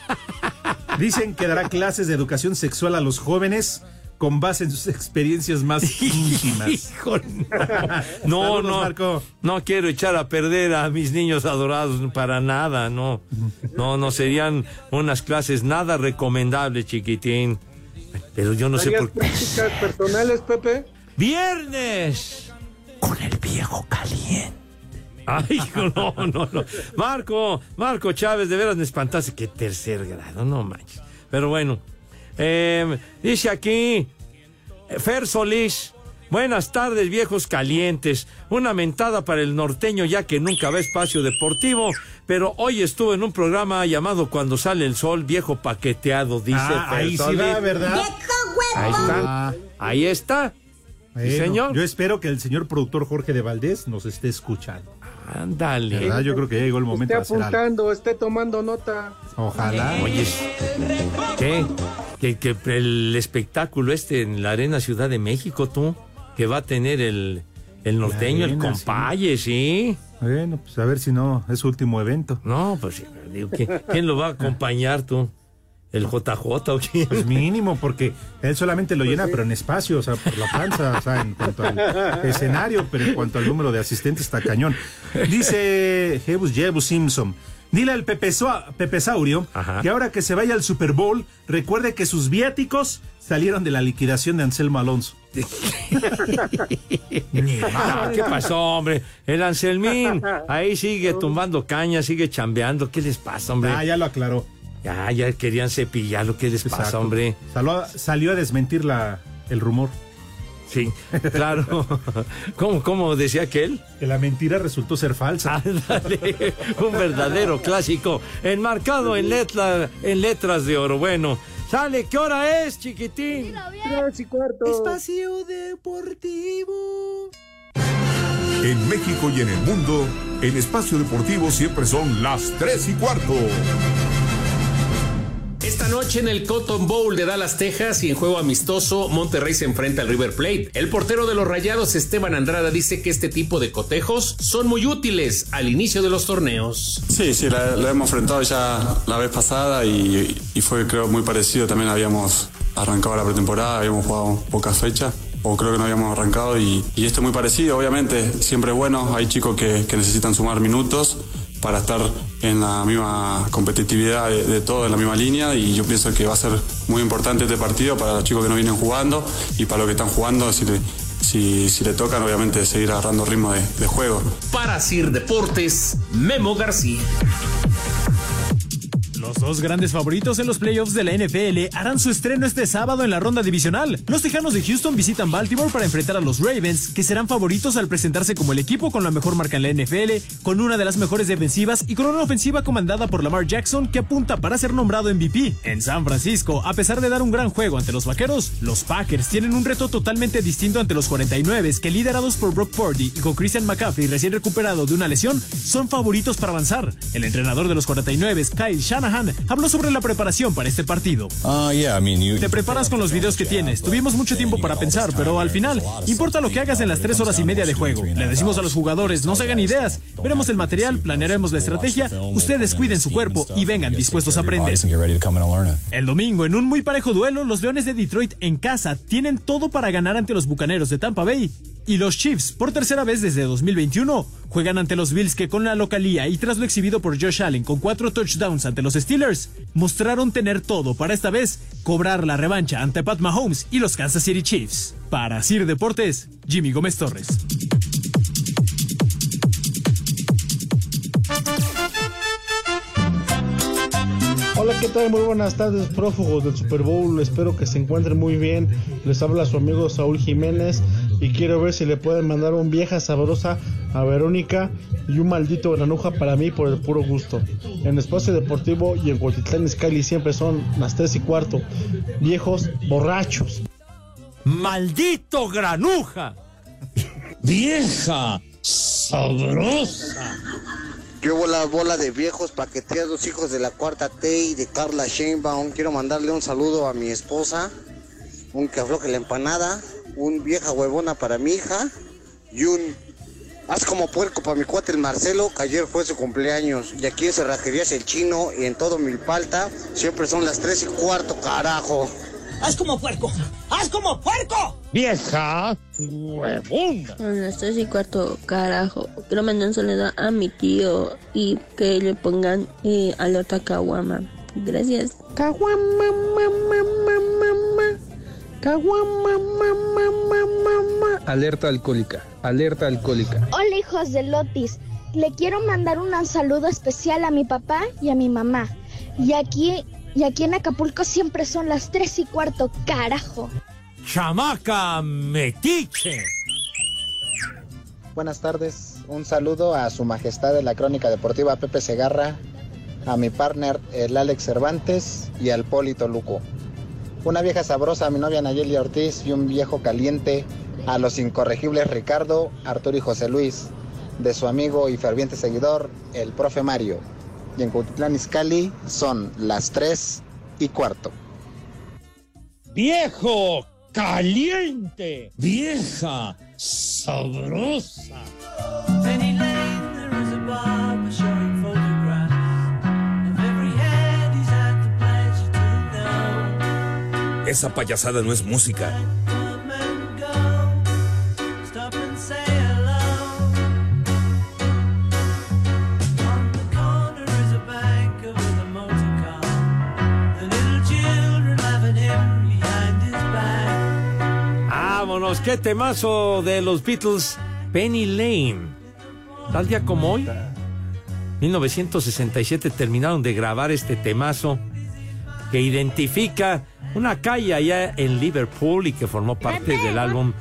Speaker 7: Dicen que dará clases de educación sexual a los jóvenes con base en sus experiencias más
Speaker 11: (laughs)
Speaker 7: íntimas. (laughs)
Speaker 11: No,
Speaker 7: Saludos,
Speaker 11: no.
Speaker 7: Marco.
Speaker 11: No quiero echar a perder a mis niños adorados para nada, no. No, no serían unas clases nada recomendables, chiquitín. Pero yo no sé
Speaker 12: ¿Harías
Speaker 11: por qué.
Speaker 12: prácticas personales, Pepe?
Speaker 11: Viernes. Con el viejo caliente. Ay, no, no, no. Marco, Marco Chávez, de veras me espantaste. Qué tercer grado, no manches. Pero bueno, eh, dice aquí eh, Fer Solís. Buenas tardes, viejos calientes. Una mentada para el norteño, ya que nunca va a espacio deportivo. Pero hoy estuve en un programa llamado Cuando sale el sol, viejo paqueteado, dice
Speaker 7: Ah,
Speaker 11: Fer
Speaker 7: ahí sí
Speaker 11: Solís.
Speaker 7: va, ¿verdad? Ah,
Speaker 11: Ahí está. Ahí está. Sí,
Speaker 7: Bueno,
Speaker 11: señor.
Speaker 7: Yo espero que el señor productor Jorge de Valdés nos esté escuchando.
Speaker 11: Ándale.
Speaker 7: ¿Verdad? Yo creo que ya llegó el momento
Speaker 12: Esté
Speaker 7: de hacer algo.
Speaker 12: apuntando, esté tomando nota.
Speaker 7: Ojalá.
Speaker 11: Oye, ¿qué? Que, que el espectáculo este en la Arena Ciudad de México, tú, que va a tener el, el norteño, el
Speaker 7: Arena,
Speaker 11: compaye, sí.
Speaker 7: Bueno, pues a ver si no es su último evento.
Speaker 11: No, pues digo, ¿quién, quién lo va a acompañar tú? ¿El JJ o quién?
Speaker 7: Pues mínimo, porque él solamente lo llena, pero en espacio, o sea, por la panza, o sea, en cuanto al escenario, pero en cuanto al número de asistentes está cañón. Dice Jebus Jebus Simpson. Dile al Pepe, Sua- Pepe Saurio que ahora que se vaya al Super Bowl, recuerde que sus viáticos salieron de la liquidación de Anselmo Alonso.
Speaker 11: (laughs) Ni nada. ¿Qué pasó, hombre? El Anselmín ahí sigue tumbando cañas, sigue chambeando. ¿Qué les pasa, hombre?
Speaker 7: Ah, ya lo aclaró.
Speaker 11: Ya, ya querían cepillar lo que les pasa,
Speaker 7: Exacto.
Speaker 11: hombre.
Speaker 7: Saló- salió a desmentir la, el rumor.
Speaker 11: Sí, claro. (laughs) ¿Cómo, cómo decía aquel?
Speaker 7: Que la mentira resultó ser falsa.
Speaker 11: Ah, Un verdadero clásico, enmarcado en, letra- en letras de oro. Bueno, sale, ¿qué hora es, chiquitín?
Speaker 12: Tres y cuarto.
Speaker 1: Espacio Deportivo.
Speaker 2: En México y en el mundo, en espacio deportivo siempre son las 3 y cuarto.
Speaker 16: Esta noche en el Cotton Bowl de Dallas, Texas y en juego amistoso, Monterrey se enfrenta al River Plate. El portero de los Rayados, Esteban Andrada, dice que este tipo de cotejos son muy útiles al inicio de los torneos.
Speaker 3: Sí, sí, la, la hemos enfrentado ya la vez pasada y, y fue creo muy parecido. También habíamos arrancado la pretemporada, habíamos jugado pocas fechas o creo que no habíamos arrancado y, y esto es muy parecido, obviamente. Siempre es bueno, hay chicos que, que necesitan sumar minutos para estar en la misma competitividad de, de todo, en la misma línea y yo pienso que va a ser muy importante este partido para los chicos que no vienen jugando y para los que están jugando, si le, si, si le tocan obviamente seguir agarrando ritmo de- de juego.
Speaker 16: Para Sir Deportes, Memo García.
Speaker 4: Los dos grandes favoritos en los playoffs de la NFL harán su estreno este sábado en la ronda divisional. Los Tejanos de Houston visitan Baltimore para enfrentar a los Ravens, que serán favoritos al presentarse como el equipo con la mejor marca en la NFL, con una de las mejores defensivas y con una ofensiva comandada por Lamar Jackson que apunta para ser nombrado MVP. En San Francisco, a pesar de dar un gran juego ante los Vaqueros, los Packers tienen un reto totalmente distinto ante los 49, que liderados por Brock Purdy y con Christian McCaffrey recién recuperado de una lesión, son favoritos para avanzar. El entrenador de los 49, Kyle Shanahan, habló sobre la preparación para este partido. Te preparas con los videos que tienes. Tuvimos mucho tiempo para pensar, pero al final, importa lo que hagas en las tres horas y media de juego. Le decimos a los jugadores, no se hagan ideas. Veremos el material, planearemos la estrategia. Ustedes cuiden su cuerpo y vengan dispuestos a aprender. El domingo, en un muy parejo duelo, los Leones de Detroit en casa tienen todo para ganar ante los Bucaneros de Tampa Bay. Y los Chiefs, por tercera vez desde 2021, juegan ante los Bills que con la localía y tras lo exhibido por Josh Allen con cuatro touchdowns ante los Steelers, mostraron tener todo para esta vez cobrar la revancha ante Pat Mahomes y los Kansas City Chiefs. Para Sir Deportes, Jimmy Gómez Torres.
Speaker 5: Hola, ¿qué tal? Muy buenas tardes, prófugos del Super Bowl. Espero que se encuentren muy bien. Les habla su amigo Saúl Jiménez y quiero ver si le pueden mandar un vieja sabrosa a Verónica y un maldito granuja para mí por el puro gusto. En Espacio Deportivo y en Cuautitlán Scali siempre son las 3 y cuarto. Viejos borrachos.
Speaker 11: ¡Maldito granuja!
Speaker 19: ¡Vieja! ¡Sabrosa!
Speaker 2: Yo voy la bola de viejos paqueteados, hijos de la cuarta T y de Carla Sheinbaum. Quiero mandarle un saludo a mi esposa, un que afloje la empanada, un vieja huevona para mi hija y un haz como puerco para mi cuate el Marcelo, que ayer fue su cumpleaños. Y aquí en Cerrajerías el Chino y en todo Milpalta siempre son las tres y cuarto, carajo. Haz como puerco, haz como puerco.
Speaker 19: ¡Vieja! ¡Huevón!
Speaker 6: Son las tres y cuarto, carajo. Quiero mandar un saludo a mi tío y que le pongan eh, alerta caguama. Gracias.
Speaker 8: Caguama, mamá, mamá, mamá. Caguama, mamá, mamá, mamá.
Speaker 9: Alerta alcohólica, alerta alcohólica.
Speaker 10: Hola hijos de Lotis, le quiero mandar un saludo especial a mi papá y a mi mamá. Y aquí, y aquí en Acapulco siempre son las tres y cuarto, carajo.
Speaker 11: ¡Chamaca metiche!
Speaker 13: Buenas tardes, un saludo a su majestad de la crónica deportiva Pepe Segarra, a mi partner el Alex Cervantes y al Polito Luco. Una vieja sabrosa, a mi novia Nayeli Ortiz y un viejo caliente, a los incorregibles Ricardo, Arturo y José Luis, de su amigo y ferviente seguidor, el profe Mario. Y en Cuautitlán Izcalli son las 3 y cuarto.
Speaker 19: ¡Viejo! ¡Caliente! ¡Vieja! ¡Sabrosa!
Speaker 14: Esa payasada no es música.
Speaker 26: Stop and say hello. On the corner is a bank with a motor car. The little children laughing him behind his back.
Speaker 11: Vámonos, qué temazo de los Beatles, Penny Lane. Tal día como hoy, 1967 terminaron de grabar este temazo que identifica una calle allá en Liverpool y que formó parte del álbum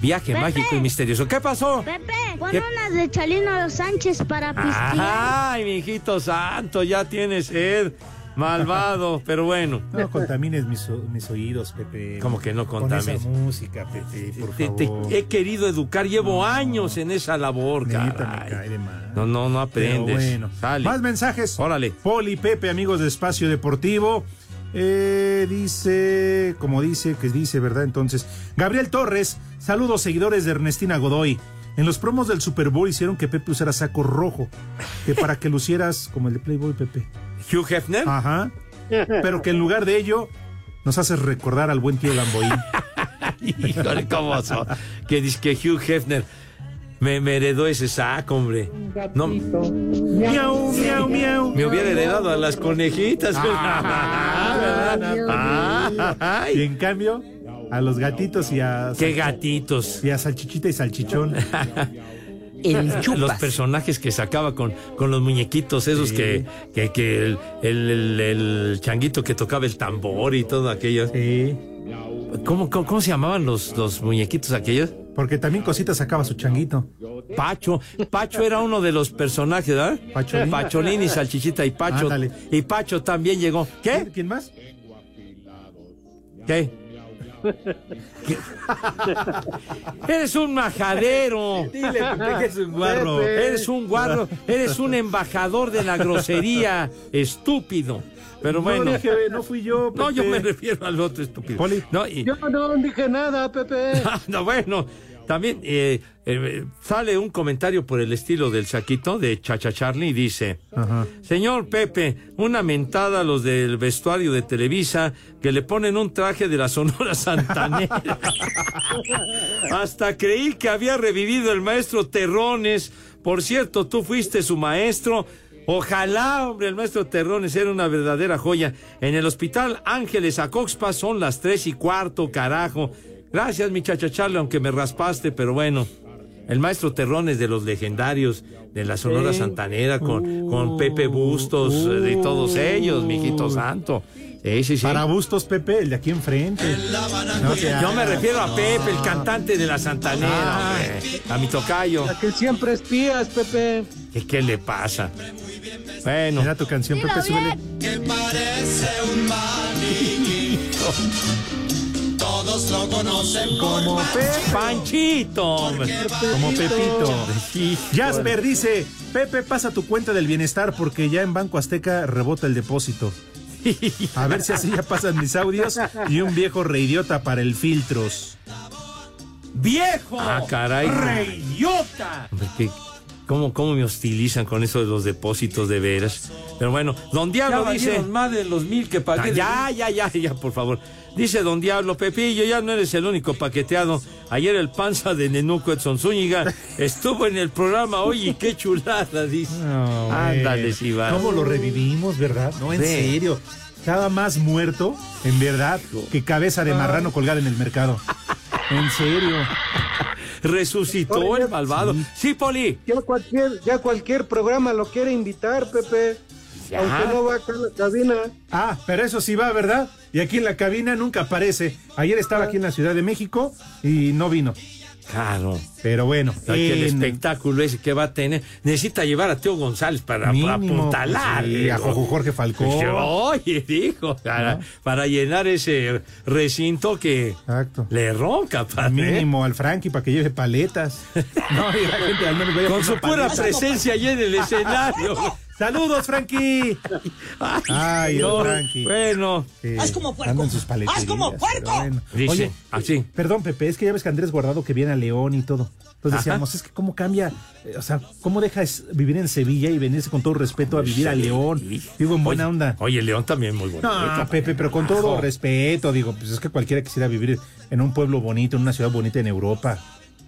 Speaker 11: Viaje
Speaker 15: Pepe.
Speaker 11: Mágico y Misterioso. ¿Qué pasó?
Speaker 15: Pepe, pon
Speaker 11: ¿Qué?
Speaker 15: unas de Chalino los Sánchez para pistear.
Speaker 11: Ay, mijito santo, ya tienes sed.
Speaker 7: (laughs)
Speaker 11: Malvado, pero bueno.
Speaker 7: No contamines mis, o- mis oídos, Pepe.
Speaker 11: Como que no
Speaker 7: Con
Speaker 11: contamines.
Speaker 7: esa música, Pepe, por
Speaker 11: Te- te
Speaker 7: favor.
Speaker 11: he querido educar, llevo años en esa labor, caray. No, no, no aprendes.
Speaker 7: Pero bueno.
Speaker 11: Sale.
Speaker 7: Más mensajes. Órale. Poli Pepe, amigos de Espacio Deportivo. Eh, dice, como dice, que dice, ¿verdad? Entonces, Gabriel Torres, saludos seguidores de Ernestina Godoy. En los promos del Super Bowl hicieron que Pepe usara saco rojo, que para que lucieras como el de Playboy
Speaker 11: (laughs)
Speaker 7: Pepe.
Speaker 11: Hugh Hefner.
Speaker 7: Ajá. Pero que en lugar de ello nos haces recordar al buen tío Gamboín.
Speaker 11: (laughs) Híjole, ¿cómo son? Que dice que Hugh Hefner me, me heredó ese saco, hombre. No,
Speaker 7: miau, miau, miau.
Speaker 11: me hubiera heredado a las conejitas. (laughs)
Speaker 7: Y en cambio, a los gatitos y a.
Speaker 11: ¡Qué gatitos!
Speaker 7: Y a salchichita y salchichón.
Speaker 11: El Los personajes que sacaba con, con los muñequitos, esos
Speaker 7: Sí.
Speaker 11: que, que, que el, el- el- el changuito que tocaba el tambor y todo aquello.
Speaker 7: eh,
Speaker 11: ¿Cómo, cómo, cómo se llamaban los, los muñequitos aquellos?
Speaker 7: Porque también Cosita sacaba su changuito.
Speaker 11: Pacho, Pacho era uno de los personajes, ¿verdad?
Speaker 7: Pacholín.
Speaker 11: Pacholín y Salchichita y Pacho.
Speaker 7: Ándale.
Speaker 11: Y Pacho también llegó. ¿Qué?
Speaker 7: ¿Quién más?
Speaker 11: ¿Qué? ¿Qué? Eres un majadero.
Speaker 7: Dile, Pepe, que es un guarro. Pepe.
Speaker 11: Eres un guarro. Eres un embajador de
Speaker 7: (laughs)
Speaker 11: la grosería. Estúpido. Pero bueno.
Speaker 7: No, dije, no fui yo.
Speaker 11: No, yo me
Speaker 7: Pepe.
Speaker 11: refiero al otro estúpido. No, y- (laughs) ah,
Speaker 12: Yo no dije nada,
Speaker 7: (laughs)
Speaker 12: Pepe.
Speaker 11: no, bueno, también eh, eh, sale un comentario por el estilo del saquito de Chacha Charlie y dice,
Speaker 7: Ajá.
Speaker 11: señor Pepe, una mentada a los del vestuario de Televisa que le ponen un traje de la
Speaker 7: (laughs)
Speaker 11: Sonora Santanera. Hasta creí que había revivido el maestro Terrones. Por cierto, tú fuiste su maestro. Ojalá, hombre, el maestro Terrones era una verdadera joya. En el hospital Ángeles Acoxpa son las tres y cuarto, carajo. Gracias, mi chacha Charlie, aunque me raspaste, pero bueno. El maestro Terrones de los legendarios de la Sonora
Speaker 16: Sí.
Speaker 11: Santanera con, con Pepe Bustos eh, y todos ellos, mijito santo. Sí, sí, sí.
Speaker 7: Para Bustos, Pepe, el de aquí enfrente. No te
Speaker 11: Yo me
Speaker 7: hagas.
Speaker 11: refiero a Pepe, el cantante de la Santanera, hombre. A mi tocayo.
Speaker 12: Que siempre espías, Pepe.
Speaker 11: ¿Qué, qué le pasa? Bueno.
Speaker 7: Era tu canción, Pepe, súbele.
Speaker 17: Que parece un maniquito. Todos lo conocen como
Speaker 11: Panchito. hombre.
Speaker 7: Como Pepito. Jasper dice, Pepe, pasa tu cuenta del bienestar porque ya en Banco Azteca rebota el
Speaker 11: (laughs)
Speaker 7: depósito. A ver si así ya pasan mis audios y un viejo reidiota para el filtros.
Speaker 11: ¡Viejo! Ah, caray.
Speaker 7: ¡Reidiota!
Speaker 11: Hombre, qué- ¿Cómo, ¿Cómo me hostilizan con eso de los depósitos de veras? Pero bueno, Don Diablo dice...
Speaker 26: más de los mil que pagué.
Speaker 11: Ah, ya, ya, ya, ya, por favor. Dice Don Diablo, Pepillo, ya no eres el único paqueteado. Ayer el panza de Nenuco
Speaker 26: (laughs)
Speaker 11: Edson Zúñiga estuvo en el programa hoy y qué chulada, dice. Ándale,
Speaker 7: Ándales,
Speaker 11: Iván.
Speaker 7: ¿Cómo lo revivimos, verdad? No, en
Speaker 11: Sí.
Speaker 7: serio. Estaba más muerto, en verdad, que cabeza
Speaker 11: Ah.
Speaker 7: de marrano colgada en el
Speaker 11: (laughs)
Speaker 7: mercado. En serio.
Speaker 11: Resucitó el malvado. Sí, Poli.
Speaker 12: Ya cualquier, ya cualquier programa lo quiere invitar, Pepe.
Speaker 11: Ya.
Speaker 12: Aunque no va acá a la cabina.
Speaker 7: Ah, pero eso sí va, ¿verdad? Y aquí en la cabina nunca aparece. Ayer estaba aquí en la Ciudad de México y no vino.
Speaker 11: Claro.
Speaker 7: Pero bueno,
Speaker 11: Ay, que el
Speaker 7: en-
Speaker 11: espectáculo ese que va a tener. Necesita llevar a Teo González para, para
Speaker 7: Mínimo,
Speaker 11: apuntalar.
Speaker 7: pues, sí, a
Speaker 11: digo.
Speaker 7: Jojo Jorge Falcón.
Speaker 11: Dije, (laughs) Oye, dijo, para, para llenar ese recinto que
Speaker 7: Exacto.
Speaker 11: le ronca, padre.
Speaker 7: Mínimo
Speaker 11: ¿eh?
Speaker 7: al Frankie para que lleve
Speaker 11: (laughs)
Speaker 7: paletas. No, y la gente al menos vaya
Speaker 11: Con
Speaker 7: por
Speaker 11: su
Speaker 7: una
Speaker 11: pura
Speaker 7: paleta. (laughs)
Speaker 11: presencia allí en el escenario.
Speaker 7: Saludos, Frankie. Ay,
Speaker 11: no,
Speaker 7: el Frankie.
Speaker 11: Bueno.
Speaker 7: Sí,
Speaker 11: Haz Ah, como puerco.
Speaker 7: anda Eh, en sus paleterías,
Speaker 11: Haz como
Speaker 7: pero
Speaker 11: puerco.
Speaker 7: bueno.
Speaker 11: Dice,
Speaker 7: Oye,
Speaker 11: así.
Speaker 7: Perdón, Pepe, es que ya ves que Andrés Guardado que viene a León y todo. Entonces
Speaker 11: Ajá.
Speaker 7: decíamos, es que cómo cambia, eh, o sea, cómo dejas vivir en Sevilla y venirse con todo respeto a vivir a León. Digo, en buena onda.
Speaker 11: Oye, León también muy bonito.
Speaker 7: No, Pepe, pero con todo respeto, digo, pues es que cualquiera quisiera vivir en un pueblo bonito, en una ciudad bonita en Europa.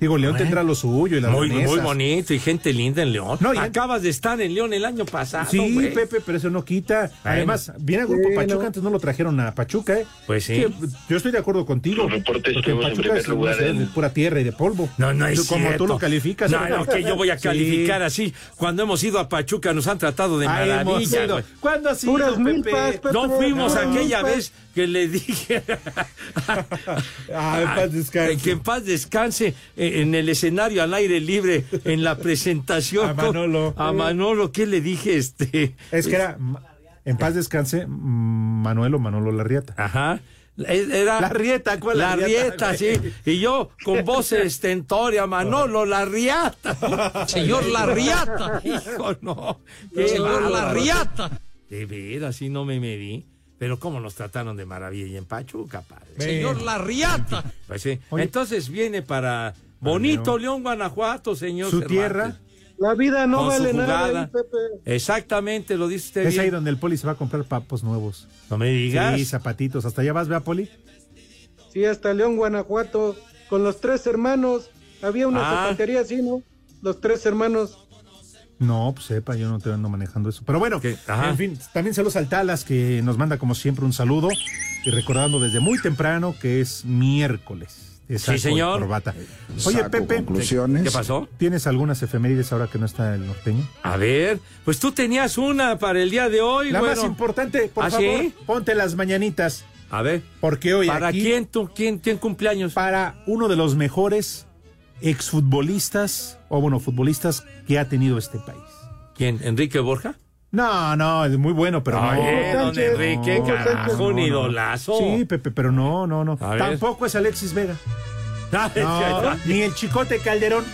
Speaker 7: Digo, León
Speaker 11: Bueno.
Speaker 7: tendrá lo suyo y las
Speaker 11: Muy,
Speaker 7: monesas.
Speaker 11: muy bonito y gente linda en León.
Speaker 7: No, y-
Speaker 11: Acabas de estar en León el año pasado.
Speaker 7: Sí,
Speaker 11: güey.
Speaker 7: Pepe, pero eso no quita. Además, viene el grupo
Speaker 11: Bueno.
Speaker 7: Pachuca, antes no lo trajeron a Pachuca, ¿eh?
Speaker 11: Pues sí.
Speaker 7: yo estoy de acuerdo contigo.
Speaker 11: Los reportes
Speaker 7: porque
Speaker 11: estuvimos en
Speaker 7: Pachuca
Speaker 11: primer
Speaker 7: es una
Speaker 11: lugar ¿eh?
Speaker 7: ciudad
Speaker 11: en-
Speaker 7: de pura tierra y de polvo.
Speaker 11: No, no es
Speaker 7: Como
Speaker 11: cierto.
Speaker 7: tú lo calificas. ¿eh?
Speaker 11: No, no, que yo voy a
Speaker 7: (laughs) Sí.
Speaker 11: calificar así. Cuando hemos ido a Pachuca nos han tratado de
Speaker 7: Ah, hemos
Speaker 11: maravilla.
Speaker 7: ido.
Speaker 11: güey.
Speaker 7: ¿Cuándo ha sido,
Speaker 11: Puras
Speaker 7: Pepe?
Speaker 11: milpas, pues. Pepe. No fuimos
Speaker 7: Puras
Speaker 11: aquella
Speaker 7: milpas.
Speaker 11: vez que le dije. (laughs)
Speaker 7: Ah, en paz descanse.
Speaker 11: Que en paz descanse eh, en el escenario al aire libre en la presentación.
Speaker 7: A
Speaker 11: con-
Speaker 7: Manolo.
Speaker 11: A Manolo, ¿qué le dije? Este.
Speaker 7: Es que era, ma- en paz descanse, mm, Manuel o Manolo Larrieta.
Speaker 11: Ajá. Eh, Era
Speaker 7: La Rieta, ¿cuál
Speaker 11: La
Speaker 7: La Rieta,
Speaker 11: Rieta, sí. Y yo
Speaker 7: (laughs)
Speaker 11: con voz estentoria, Manolo, la Riata. Señor, la Riata. Hijo, no. Qué
Speaker 17: Señor
Speaker 11: bárbaro.
Speaker 17: La Riata.
Speaker 11: De veras, sí no me medí. Pero cómo nos trataron de maravilla y en Pachuca, padre.
Speaker 17: Señor La Riata.
Speaker 11: Pues sí. Entonces viene para bonito León, Guanajuato, señor.
Speaker 7: Su
Speaker 11: Cervantes.
Speaker 7: tierra.
Speaker 12: La vida no
Speaker 11: Con su
Speaker 12: vale
Speaker 11: jugada.
Speaker 12: nada, ahí, Pepe.
Speaker 11: Exactamente, lo dice usted
Speaker 7: Es ahí
Speaker 11: bien.
Speaker 7: donde el poli se va a comprar papos nuevos.
Speaker 11: No me digas.
Speaker 7: Sí, zapatitos. Hasta allá vas, vea, poli.
Speaker 12: Sí, hasta León, Guanajuato, con los tres hermanos. Había una
Speaker 7: Ah.
Speaker 12: zapatería así, ¿no? Los tres hermanos.
Speaker 7: No, pues sepa, yo no te ando manejando eso. Pero bueno,
Speaker 11: Ajá.
Speaker 7: en fin, también saludos al Talas que nos manda como siempre un saludo y recordando desde muy temprano que es miércoles. de
Speaker 11: Sí,
Speaker 7: saco y
Speaker 11: señor.
Speaker 7: corbata. Oye,
Speaker 11: Saco
Speaker 7: Pepe,
Speaker 11: conclusiones. ¿Qué pasó?
Speaker 7: ¿Tienes algunas efemérides ahora que no está el norteño?
Speaker 11: A ver, pues tú tenías una para el día de hoy.
Speaker 7: La
Speaker 11: bueno.
Speaker 7: más importante, por
Speaker 11: ¿Ah,
Speaker 7: favor,
Speaker 11: sí?
Speaker 7: ponte las mañanitas.
Speaker 11: A ver.
Speaker 7: Porque hoy
Speaker 11: ¿Para
Speaker 7: aquí-
Speaker 11: quién, tú, quién, quién cumpleaños?
Speaker 7: Para uno de los mejores exfutbolistas, o bueno, futbolistas que ha tenido este país.
Speaker 11: ¿Quién?
Speaker 7: (laughs)
Speaker 11: ¿Enrique Borja?
Speaker 7: No, no, es muy bueno, pero no.
Speaker 11: Oye, eh, don
Speaker 7: Sánchez,
Speaker 11: Enrique,
Speaker 7: no,
Speaker 11: carajo,
Speaker 7: no,
Speaker 11: un
Speaker 7: no.
Speaker 11: idolazo.
Speaker 7: Sí, Pepe, pero no, no, no.
Speaker 11: ver.
Speaker 7: Tampoco es Alexis
Speaker 11: (laughs)
Speaker 7: Vega.
Speaker 11: No,
Speaker 7: ni el Chicote Calderón.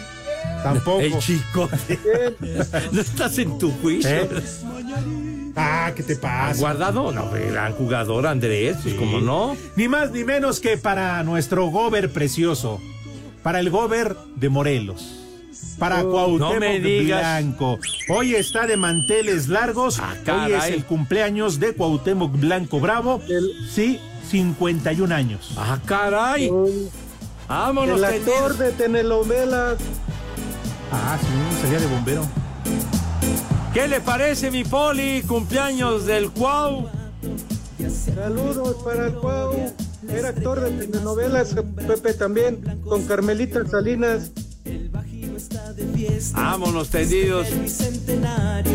Speaker 7: Tampoco.
Speaker 11: El Chicote. (laughs) no estás en tu juicio.
Speaker 7: ¿Eh? Ah, ¿qué te pasa?
Speaker 11: Guardado, no, gran jugador Andrés, pues como no.
Speaker 7: Ni más ni menos que para nuestro gober precioso. Para el gober de Morelos. Para
Speaker 11: Oh,
Speaker 7: Cuauhtémoc
Speaker 11: no me digas. Ah,
Speaker 7: Blanco. Hoy está de manteles largos. Hoy es
Speaker 11: caray.
Speaker 7: el cumpleaños de Cuauhtémoc Blanco Bravo. Sí, 51 años.
Speaker 11: Ah, caray.
Speaker 7: Oh.
Speaker 11: Vámonos,
Speaker 12: el
Speaker 11: Tenoch.
Speaker 12: actor de telenovelas.
Speaker 7: Ah, sí, salía de bombero.
Speaker 11: ¿Qué le parece, mi poli? Cumpleaños del Cuau.
Speaker 12: Saludos para el Cuau. Era actor de telenovelas, Pepe también, con Carmelita Salinas.
Speaker 11: Vámonos, tendidos.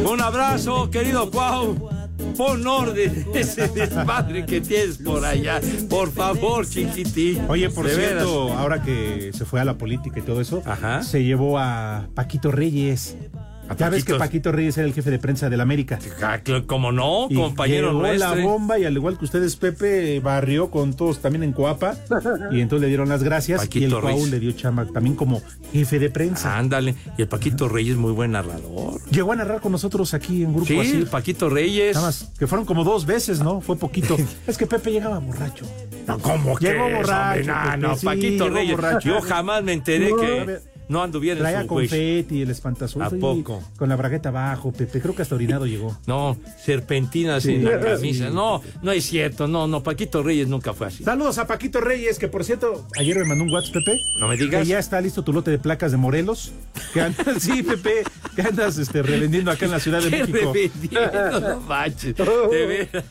Speaker 11: Un abrazo, querido Cuau. Pon orden a ese desmadre que tienes por allá. Por favor, chiquitín.
Speaker 7: Oye, por
Speaker 11: De veras.
Speaker 7: cierto, ahora que se fue a la política y todo eso, se llevó a Paquito Reyes. ya ves
Speaker 11: Paquito?
Speaker 7: que Paquito Reyes era el jefe de prensa del América.
Speaker 11: Ah, cl- Como no,
Speaker 7: Y
Speaker 11: compañero
Speaker 7: llegó la
Speaker 11: nuestro. ¿eh?
Speaker 7: bomba y al igual que ustedes, Pepe barrió con todos también en Coapa y entonces le dieron las gracias y el
Speaker 11: Paquito Ah. Reyes.
Speaker 7: Paul le dio chamba también como jefe de prensa.
Speaker 11: Ándale. Y el Paquito Reyes, muy buen narrador.
Speaker 7: Llegó a narrar con nosotros aquí en Grupo
Speaker 11: Sí,
Speaker 7: Asir.
Speaker 11: Paquito Reyes.
Speaker 7: Nada más, que fueron como dos veces, ¿no? Fue
Speaker 11: (laughs)
Speaker 7: poquito. es que Pepe llegaba borracho.
Speaker 11: No, ¿cómo que
Speaker 7: Llegó
Speaker 11: eso,
Speaker 7: borracho,
Speaker 11: hombre? No,
Speaker 7: Pepe,
Speaker 11: no,
Speaker 7: sí,
Speaker 11: Paquito
Speaker 7: llegó
Speaker 11: Reyes.
Speaker 7: borracho.
Speaker 11: Yo jamás me enteré
Speaker 7: No, a
Speaker 11: que
Speaker 7: ver.
Speaker 11: no anduviera en
Speaker 7: Traía
Speaker 11: su juicio.
Speaker 7: confeti, el espantazón.
Speaker 11: ¿A poco?
Speaker 7: Con la bragueta abajo, Pepe. Creo que hasta orinado llegó.
Speaker 11: No, serpentinas
Speaker 7: Sí,
Speaker 11: en la
Speaker 7: sí.
Speaker 11: camisa. No, no es cierto. No, no, Paquito Reyes nunca fue así.
Speaker 7: Saludos a Paquito Reyes, que por cierto, ayer me mandó un WhatsApp, Pepe.
Speaker 11: No me digas.
Speaker 7: Que ya está listo tu lote de placas de Morelos. Que andas, (laughs) sí, Pepe, que andas este, revendiendo acá en la Ciudad de
Speaker 11: (laughs) Qué
Speaker 7: México. Oh.
Speaker 11: revendiendo, no
Speaker 7: (laughs)
Speaker 11: manches. De veras.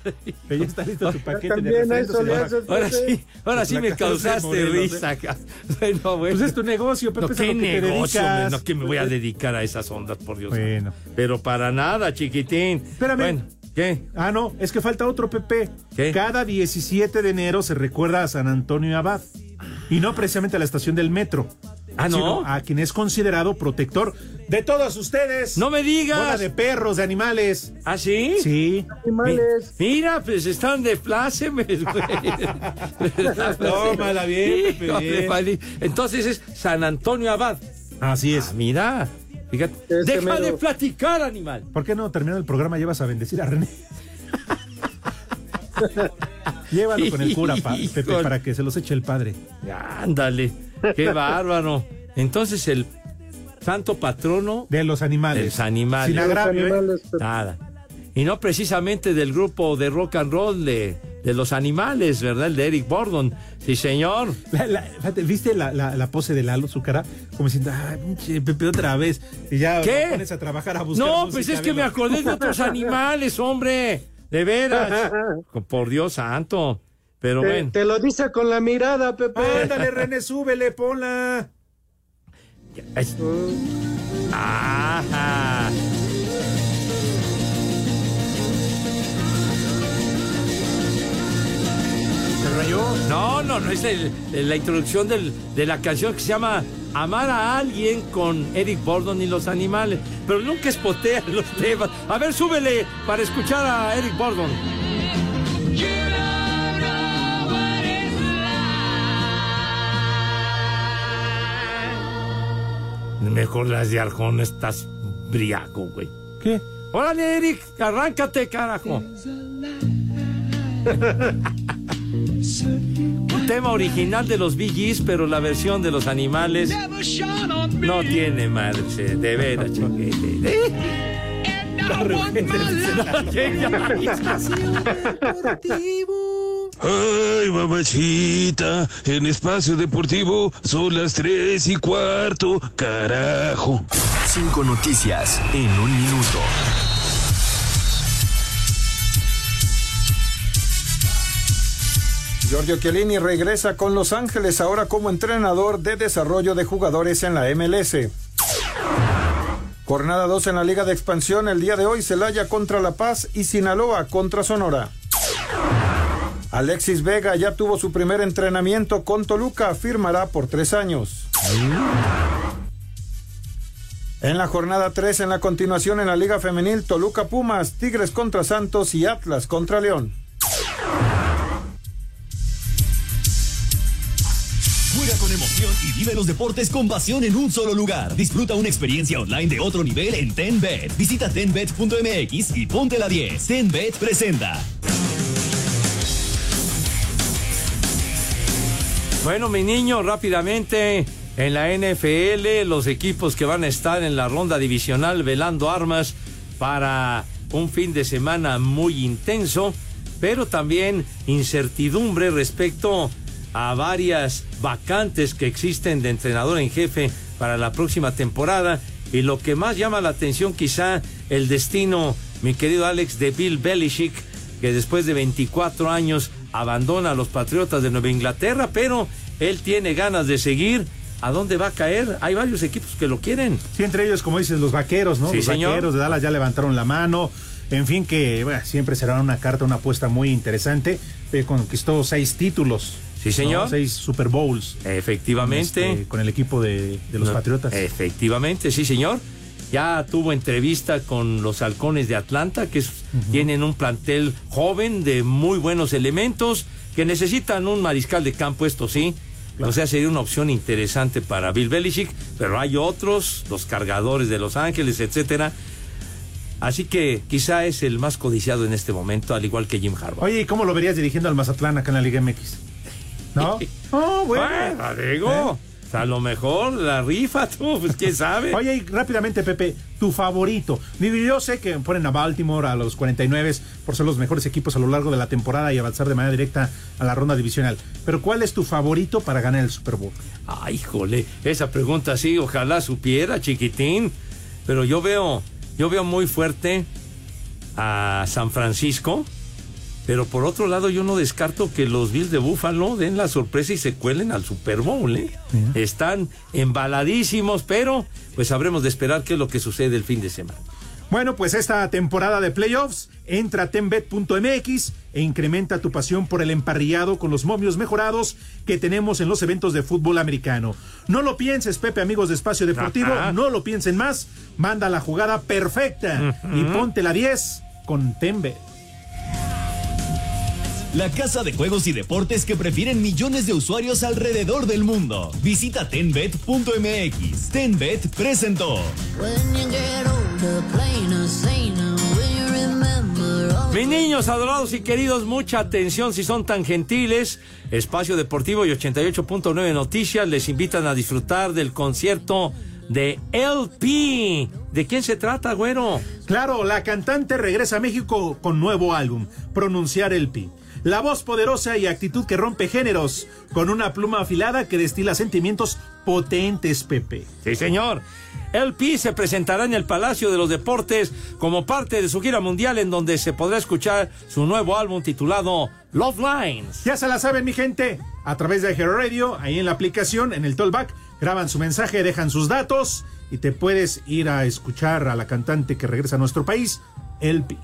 Speaker 7: Que ya está listo tu paquete
Speaker 11: También
Speaker 7: de
Speaker 11: a
Speaker 7: refrendos,
Speaker 11: eso
Speaker 7: se
Speaker 11: le
Speaker 7: llama.
Speaker 11: haces, Ahora Pepe. sí, ahora sí me
Speaker 7: Placas pues, de
Speaker 11: causaste
Speaker 7: Morelos,
Speaker 11: risa,
Speaker 7: ¿eh?
Speaker 11: ca- Bueno, bueno.
Speaker 7: Pues es tu negocio, Pepe,
Speaker 11: No,
Speaker 7: es a
Speaker 11: qué
Speaker 7: lo que te
Speaker 11: negocio,
Speaker 7: dedicas.
Speaker 11: hombre, no, que me voy a dedicar a esas ondas, por Dios.
Speaker 7: Bueno.
Speaker 11: Pero para nada, chiquitín.
Speaker 7: Espérame.
Speaker 11: Bueno, ¿qué?
Speaker 7: Ah, no, es que falta otro, Pepe. Cada 17 de enero se recuerda a San Antonio Abad. Y no precisamente a la estación del metro.
Speaker 11: Ah, ¿no?
Speaker 7: sino a quien es considerado protector de todos ustedes.
Speaker 11: ¡No me digas!
Speaker 7: Bola de perros, de animales.
Speaker 11: ¿Ah, sí?
Speaker 7: Sí.
Speaker 11: Animales. Mira, pues están de plácemes, (laughs) güey.
Speaker 7: Tómala bien, Pepe,
Speaker 11: Híjole,
Speaker 7: bien.
Speaker 11: Mali. Entonces es San Antonio Abad. Ah,
Speaker 7: Así es.
Speaker 11: mira.
Speaker 7: Fíjate.
Speaker 11: Deja de platicar, animal.
Speaker 7: ¿Por qué no terminando el programa llevas a bendecir a
Speaker 11: (laughs)
Speaker 7: René? Llévalo con el cura, pa- Pepe,
Speaker 11: Híjole.
Speaker 7: para que se los eche el padre.
Speaker 11: Ándale, (laughs) qué bárbaro. Entonces el santo patrono
Speaker 7: de los animales.
Speaker 11: De los animales.
Speaker 7: Sin agravio, ¿eh?
Speaker 11: Nada. Y no precisamente del grupo de rock and roll de, de los animales, ¿verdad? El de Eric Bordon. Sí, señor.
Speaker 7: La- la- fíjate, ¿Viste la, la- la pose de Lalo, su cara? Como diciendo, ay, pinche Pepe, otra vez. Y ya
Speaker 11: ¿Qué?
Speaker 7: lo pones a trabajar, a buscar
Speaker 11: No,
Speaker 7: música,
Speaker 11: pues es que me
Speaker 7: velo.
Speaker 11: acordé
Speaker 12: (laughs)
Speaker 11: de otros animales, hombre. De veras. Por Dios santo. Pero
Speaker 12: te,
Speaker 11: bueno.
Speaker 12: te lo dice con la mirada, Pepe.
Speaker 11: Ah.
Speaker 7: Ándale, René, súbele, ponla.
Speaker 11: Es- Ajá.
Speaker 7: ¿Se rayó?
Speaker 11: No, no, no, es el- la introducción del- de la canción que se llama Amar a alguien con Eric Bordon y los animales. Pero nunca espotea los temas. A ver, súbele para escuchar a Eric Bordon. Mejor las de Arjón, estás briaco, güey.
Speaker 7: ¿Qué?
Speaker 11: Órale, Eric, arráncate, carajo. Un tema original de los Bee Gees, pero la versión de los animales no tiene marche, de veras, chiquete.
Speaker 19: Ay, mamachita, en espacio deportivo son las tres y cuarto, carajo. Cinco noticias en un minuto.
Speaker 18: Giorgio Chiellini regresa con Los Ángeles ahora como entrenador de desarrollo de jugadores en la MLS. Jornada 2 en la Liga de Expansión el día de hoy, Celaya contra La Paz y Sinaloa contra Sonora. Alexis Vega ya tuvo su primer entrenamiento con Toluca, firmará por tres años. En la jornada 3, en la continuación en la Liga Femenil, Toluca Pumas, Tigres contra Santos y Atlas contra León.
Speaker 20: Juega con emoción y vive los deportes con pasión en un solo lugar. Disfruta una experiencia online de otro nivel en TenBet. Visita tenbet.mx y ponte la 10. TenBet presenta.
Speaker 11: Bueno, mi niño, rápidamente, en la NFL, los equipos que van a estar en la ronda divisional velando armas para un fin de semana muy intenso, pero también incertidumbre respecto a varias vacantes que existen de entrenador en jefe para la próxima temporada. Y lo que más llama la atención quizá el destino, mi querido Alex, de Bill Belichick, que después de 24 años abandona a los Patriotas de Nueva Inglaterra, pero él tiene ganas de seguir. ¿A dónde va a caer? Hay varios equipos que lo quieren.
Speaker 7: Sí, entre ellos, como dices, los vaqueros, ¿no?
Speaker 11: Sí,
Speaker 7: los
Speaker 11: señor.
Speaker 7: vaqueros de Dallas ya levantaron la mano. En fin, que bueno, siempre será una carta, una apuesta muy interesante. Eh, conquistó seis títulos.
Speaker 11: Sí,
Speaker 7: ¿no?
Speaker 11: señor.
Speaker 7: Seis Super Bowls.
Speaker 11: Efectivamente.
Speaker 7: Este, con el equipo de, de los
Speaker 11: No,
Speaker 7: Patriotas.
Speaker 11: Efectivamente, sí, señor. Ya tuvo entrevista con los halcones de Atlanta, que es- tienen un plantel joven de muy buenos elementos, que necesitan un mariscal de campo, esto sí. O sea, sería una opción interesante para Bill Belichick, pero hay otros, los cargadores de Los Ángeles, etcétera. Así que quizá es el más codiciado en este momento, al igual que Jim Harbaugh.
Speaker 7: Oye, ¿y cómo lo verías dirigiendo al Mazatlán acá en la Liga MX? ¿No?
Speaker 11: Oh,
Speaker 7: bueno. ¿Eh?
Speaker 11: digo, a lo mejor la rifa, (laughs) tú, pues quién sabe.
Speaker 7: Oye, y rápidamente, Pepe, tu favorito. Digo, Yo sé que ponen a Baltimore a los 49 por ser los mejores equipos a lo largo de la temporada y avanzar de manera directa a la ronda divisional. Pero ¿cuál es tu favorito para ganar el Super Bowl?
Speaker 11: Ay, jole, esa pregunta sí, ojalá supiera, chiquitín. Pero yo veo, yo veo muy fuerte a San Francisco. Pero por otro lado, yo no descarto que los Bills de Buffalo den la sorpresa y se cuelen al Super Bowl. ¿eh? Están embaladísimos, pero pues habremos de esperar qué es lo que sucede el fin de semana.
Speaker 7: Bueno, pues esta temporada de playoffs, entra a tenbet.mx e incrementa tu pasión por el emparrillado con los momios mejorados que tenemos en los eventos de fútbol americano. No lo pienses, Pepe, amigos de Espacio Deportivo,
Speaker 11: Ajá.
Speaker 7: no lo piensen más. Manda la jugada perfecta y
Speaker 11: Ujú.
Speaker 7: ponte la 10 con Tenbet.
Speaker 20: la casa de juegos y deportes que prefieren millones de usuarios alrededor del mundo. Visita tenbet.mx. Tenbet presentó.
Speaker 11: Mis niños adorados y queridos, mucha atención si son tan gentiles. Espacio Deportivo y 88.9 Noticias les invitan a disfrutar del concierto de LP. ¿De quién se trata, güero?
Speaker 7: Claro, la cantante regresa a México con nuevo álbum, Pronunciar LP. La voz poderosa y actitud que rompe géneros, con una pluma afilada que destila sentimientos potentes, Pepe.
Speaker 11: Sí, señor. LP se presentará en el Palacio de los Deportes como parte de su gira mundial en donde se podrá escuchar su nuevo álbum titulado Love Lines.
Speaker 7: Ya se la saben, mi gente. A través de Hero Radio, ahí en la aplicación, en el Tollback, graban su mensaje, dejan sus datos y te puedes ir a escuchar a la cantante que regresa a nuestro país, LP.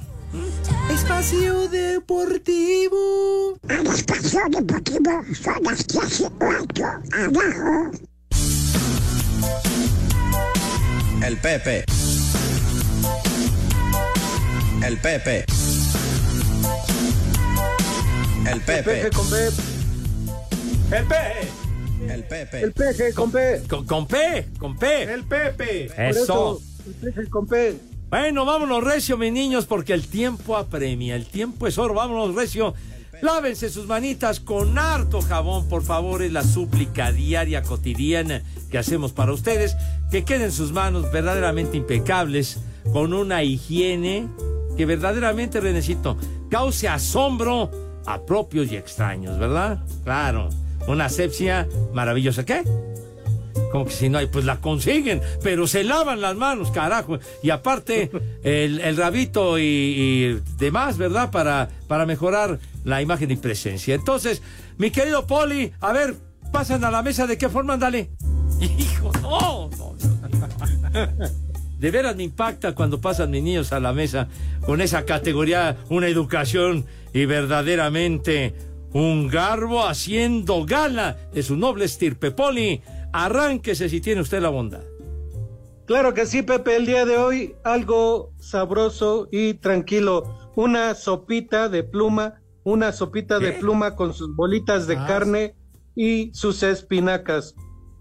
Speaker 8: Espacio Deportivo.
Speaker 1: El espacio Deportivo son las clases 8 abajo.
Speaker 21: El Pepe. El Pepe. El Pepe.
Speaker 12: El Pepe con Pep.
Speaker 7: El Pepe.
Speaker 21: El Pepe.
Speaker 12: El Pepe con P.
Speaker 11: Con, con P, con P.
Speaker 7: El Pepe.
Speaker 11: Eso.
Speaker 12: El Pepe con P.
Speaker 11: Bueno, vámonos recio, mis niños, porque el tiempo apremia, el tiempo es oro, vámonos recio. Lávense sus manitas con harto jabón, por favor, es la súplica diaria, cotidiana que hacemos para ustedes, que queden sus manos verdaderamente impecables, con una higiene que verdaderamente, Renecito, cause asombro a propios y extraños, ¿verdad? Claro, una asepsia maravillosa. ¿Qué? como que si no hay, pues la consiguen, pero se lavan las manos, carajo. Y aparte, el, el rabito y, y, demás, ¿verdad? Para, para mejorar la imagen y presencia. Entonces, mi querido Poli, a ver, pasan a la mesa, ¿de qué forma? Dale. (laughs) Hijo, no, no, no, De veras me impacta cuando pasan mis niños a la mesa con esa categoría, una educación y verdaderamente un garbo haciendo gala de su noble estirpe. Poli, Arránquese si tiene usted
Speaker 7: (laughs)
Speaker 11: la bondad.
Speaker 12: Claro que sí, Pepe. El día de hoy algo sabroso y tranquilo. Una sopita de pluma, una sopita ¿Qué? de pluma con sus bolitas de ah, carne y sus espinacas.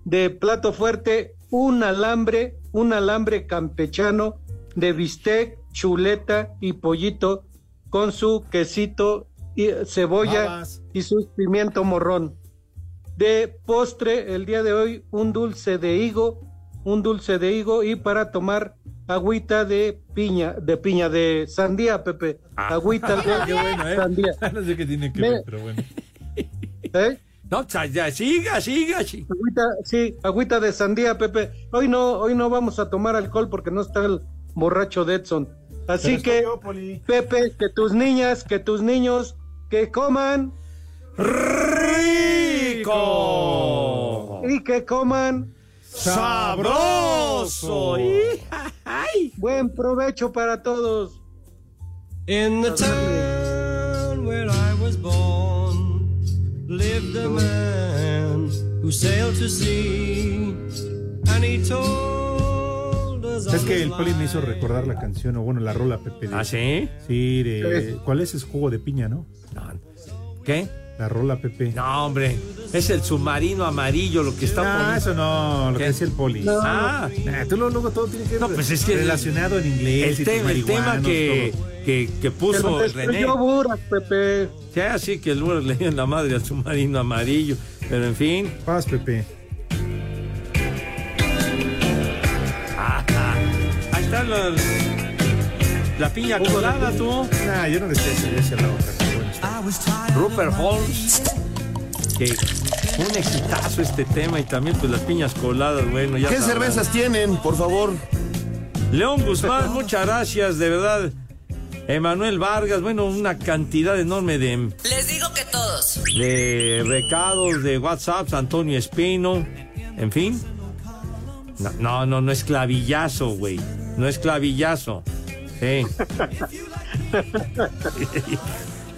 Speaker 12: De plato fuerte, un alambre, un alambre campechano de bistec, chuleta y pollito con su quesito y cebolla babas. y su pimiento morrón. De postre, el día de hoy, un dulce de higo, un dulce de higo y para tomar agüita de piña, de piña, de sandía, Pepe. Ah. Agüita de
Speaker 7: (laughs) Qué bueno, ¿eh? sandía. (laughs) No sé qué tiene que Me... ver, pero bueno.
Speaker 11: ¿Eh? No, ya, siga, siga, siga.
Speaker 12: Agüita, sí, agüita de sandía, Pepe. Hoy no, hoy no vamos a tomar alcohol porque no está el borracho de Edson. Así que, yo, Pepe, que tus niñas, que tus niños, que coman
Speaker 11: rico.
Speaker 12: Y que coman
Speaker 11: sabroso.
Speaker 12: ¡Ay! Buen provecho para todos.
Speaker 26: In the town where I was born lived a man who sailed to sea and he told us
Speaker 7: Es que el poli me hizo recordar la canción o bueno, la rola Pepe.
Speaker 11: ¿Ah, sí?
Speaker 7: Sí, de ¿cuál es ese jugo de piña, no?
Speaker 11: ¿Qué?
Speaker 7: La rola, Pepe.
Speaker 11: No, hombre. Es el submarino amarillo lo que está.
Speaker 7: No, poniendo. Ah, eso no, lo ¿Qué? que decía el poli.
Speaker 11: No, ah,
Speaker 7: nah, tú luego todo tiene que
Speaker 11: no, pues es que
Speaker 7: relacionado el, en inglés.
Speaker 11: El, tema, el tema que, que, que, puso
Speaker 12: que René. Buras, pues, Pepe.
Speaker 11: Ya, sí, que el Buras le en la madre al submarino amarillo. Pero en fin.
Speaker 7: Paz, Pepe.
Speaker 11: Ajá. Ahí está la, la piña Uy, colada, tú. No,
Speaker 7: nah, yo no le sé si esa la otra.
Speaker 11: Rupert Holmes, que un exitazo este tema y también pues las piñas coladas, bueno, ya
Speaker 18: ¿Qué
Speaker 11: sabrán.
Speaker 18: cervezas tienen, por favor?
Speaker 11: León Guzmán, muchas gracias, de verdad. Emanuel Vargas, bueno, una cantidad enorme de...
Speaker 22: Les digo que todos.
Speaker 11: De recados, de WhatsApp, Antonio Espino, en fin. No, no, no, no es clavillazo, güey. No es clavillazo. Sí.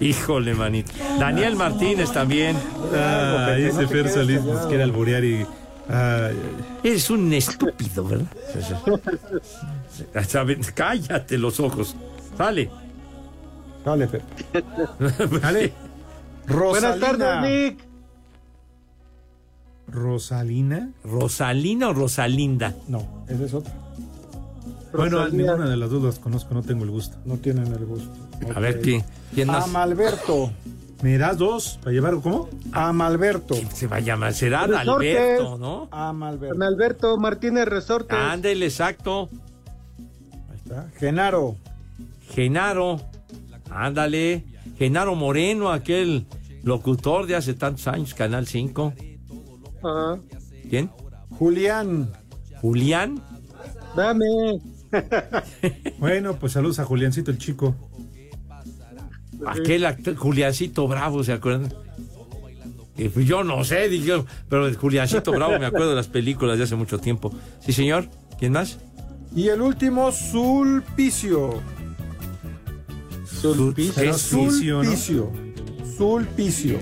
Speaker 11: (laughs) Híjole, manito. Daniel Martínez también.
Speaker 7: Ah, ah ese Fer Solís nos quiere alburear y. Ah,
Speaker 11: Eres un estúpido, ¿verdad? Cállate los ojos. Sale.
Speaker 7: Dale, Fer.
Speaker 11: Dale.
Speaker 14: Rosalina.
Speaker 12: Buenas tardes, Nick.
Speaker 7: ¿Rosalina?
Speaker 11: (laughs) ¿Rosalina o Rosalinda?
Speaker 14: No, esa es otra.
Speaker 7: Bueno,
Speaker 14: Rosalina.
Speaker 7: ninguna de las dos las conozco, no tengo el gusto.
Speaker 14: No tienen el gusto.
Speaker 11: A ver, ¿quién,
Speaker 7: Ah,
Speaker 11: quién más?
Speaker 14: Amalberto.
Speaker 7: ¿Me das dos para llevar cómo?
Speaker 14: Amalberto.
Speaker 11: Se va a llamar, será
Speaker 12: Resortes.
Speaker 11: Alberto, ¿no?
Speaker 14: Amalberto.
Speaker 12: Don Alberto Martínez Resortes.
Speaker 11: Ándele, exacto.
Speaker 14: Ahí está. Genaro.
Speaker 11: Genaro, ándale. Genaro Moreno, aquel locutor de hace tantos años, Canal 5.
Speaker 12: Ajá.
Speaker 11: ¿Quién?
Speaker 14: Julián.
Speaker 11: Julián.
Speaker 12: Dame.
Speaker 7: Bueno, pues saludos a Juliancito el chico.
Speaker 11: Aquel actor, Juliancito Bravo, ¿se acuerdan? Eh, pues yo no sé, dije, pero el Juliancito Bravo me acuerdo de las películas de hace mucho tiempo. Sí, señor. ¿Quién más?
Speaker 14: Y el último, Sulpicio.
Speaker 11: Sulpicio.
Speaker 14: Pero
Speaker 11: Sulpicio, ¿no?
Speaker 14: Sulpicio. Sulpicio.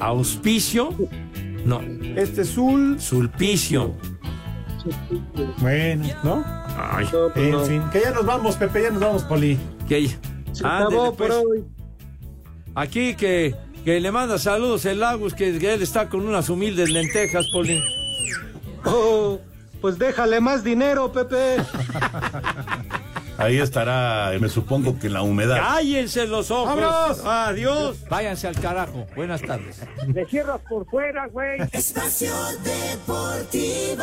Speaker 11: Auspicio. No,
Speaker 14: Este Sul,
Speaker 11: Sulpicio.
Speaker 7: Bueno,
Speaker 14: ¿no?
Speaker 11: Ay,
Speaker 12: pues,
Speaker 7: en fin, que ya nos vamos, Pepe, ya nos vamos, Poli.
Speaker 11: que
Speaker 12: Se
Speaker 11: ándele,
Speaker 12: acabó por
Speaker 11: pues.
Speaker 12: hoy.
Speaker 11: Aquí que, que le manda saludos el Agus, que, que él está con unas humildes lentejas, Poli.
Speaker 12: Oh, pues déjale más dinero, Pepe.
Speaker 31: Ahí estará, me supongo que en la humedad.
Speaker 11: ¡Cállense los ojos!
Speaker 14: ¡Vámonos!
Speaker 11: ¡Adiós! Váyanse al carajo. Buenas tardes.
Speaker 19: Me cierras por fuera, güey. Espacio Deportivo.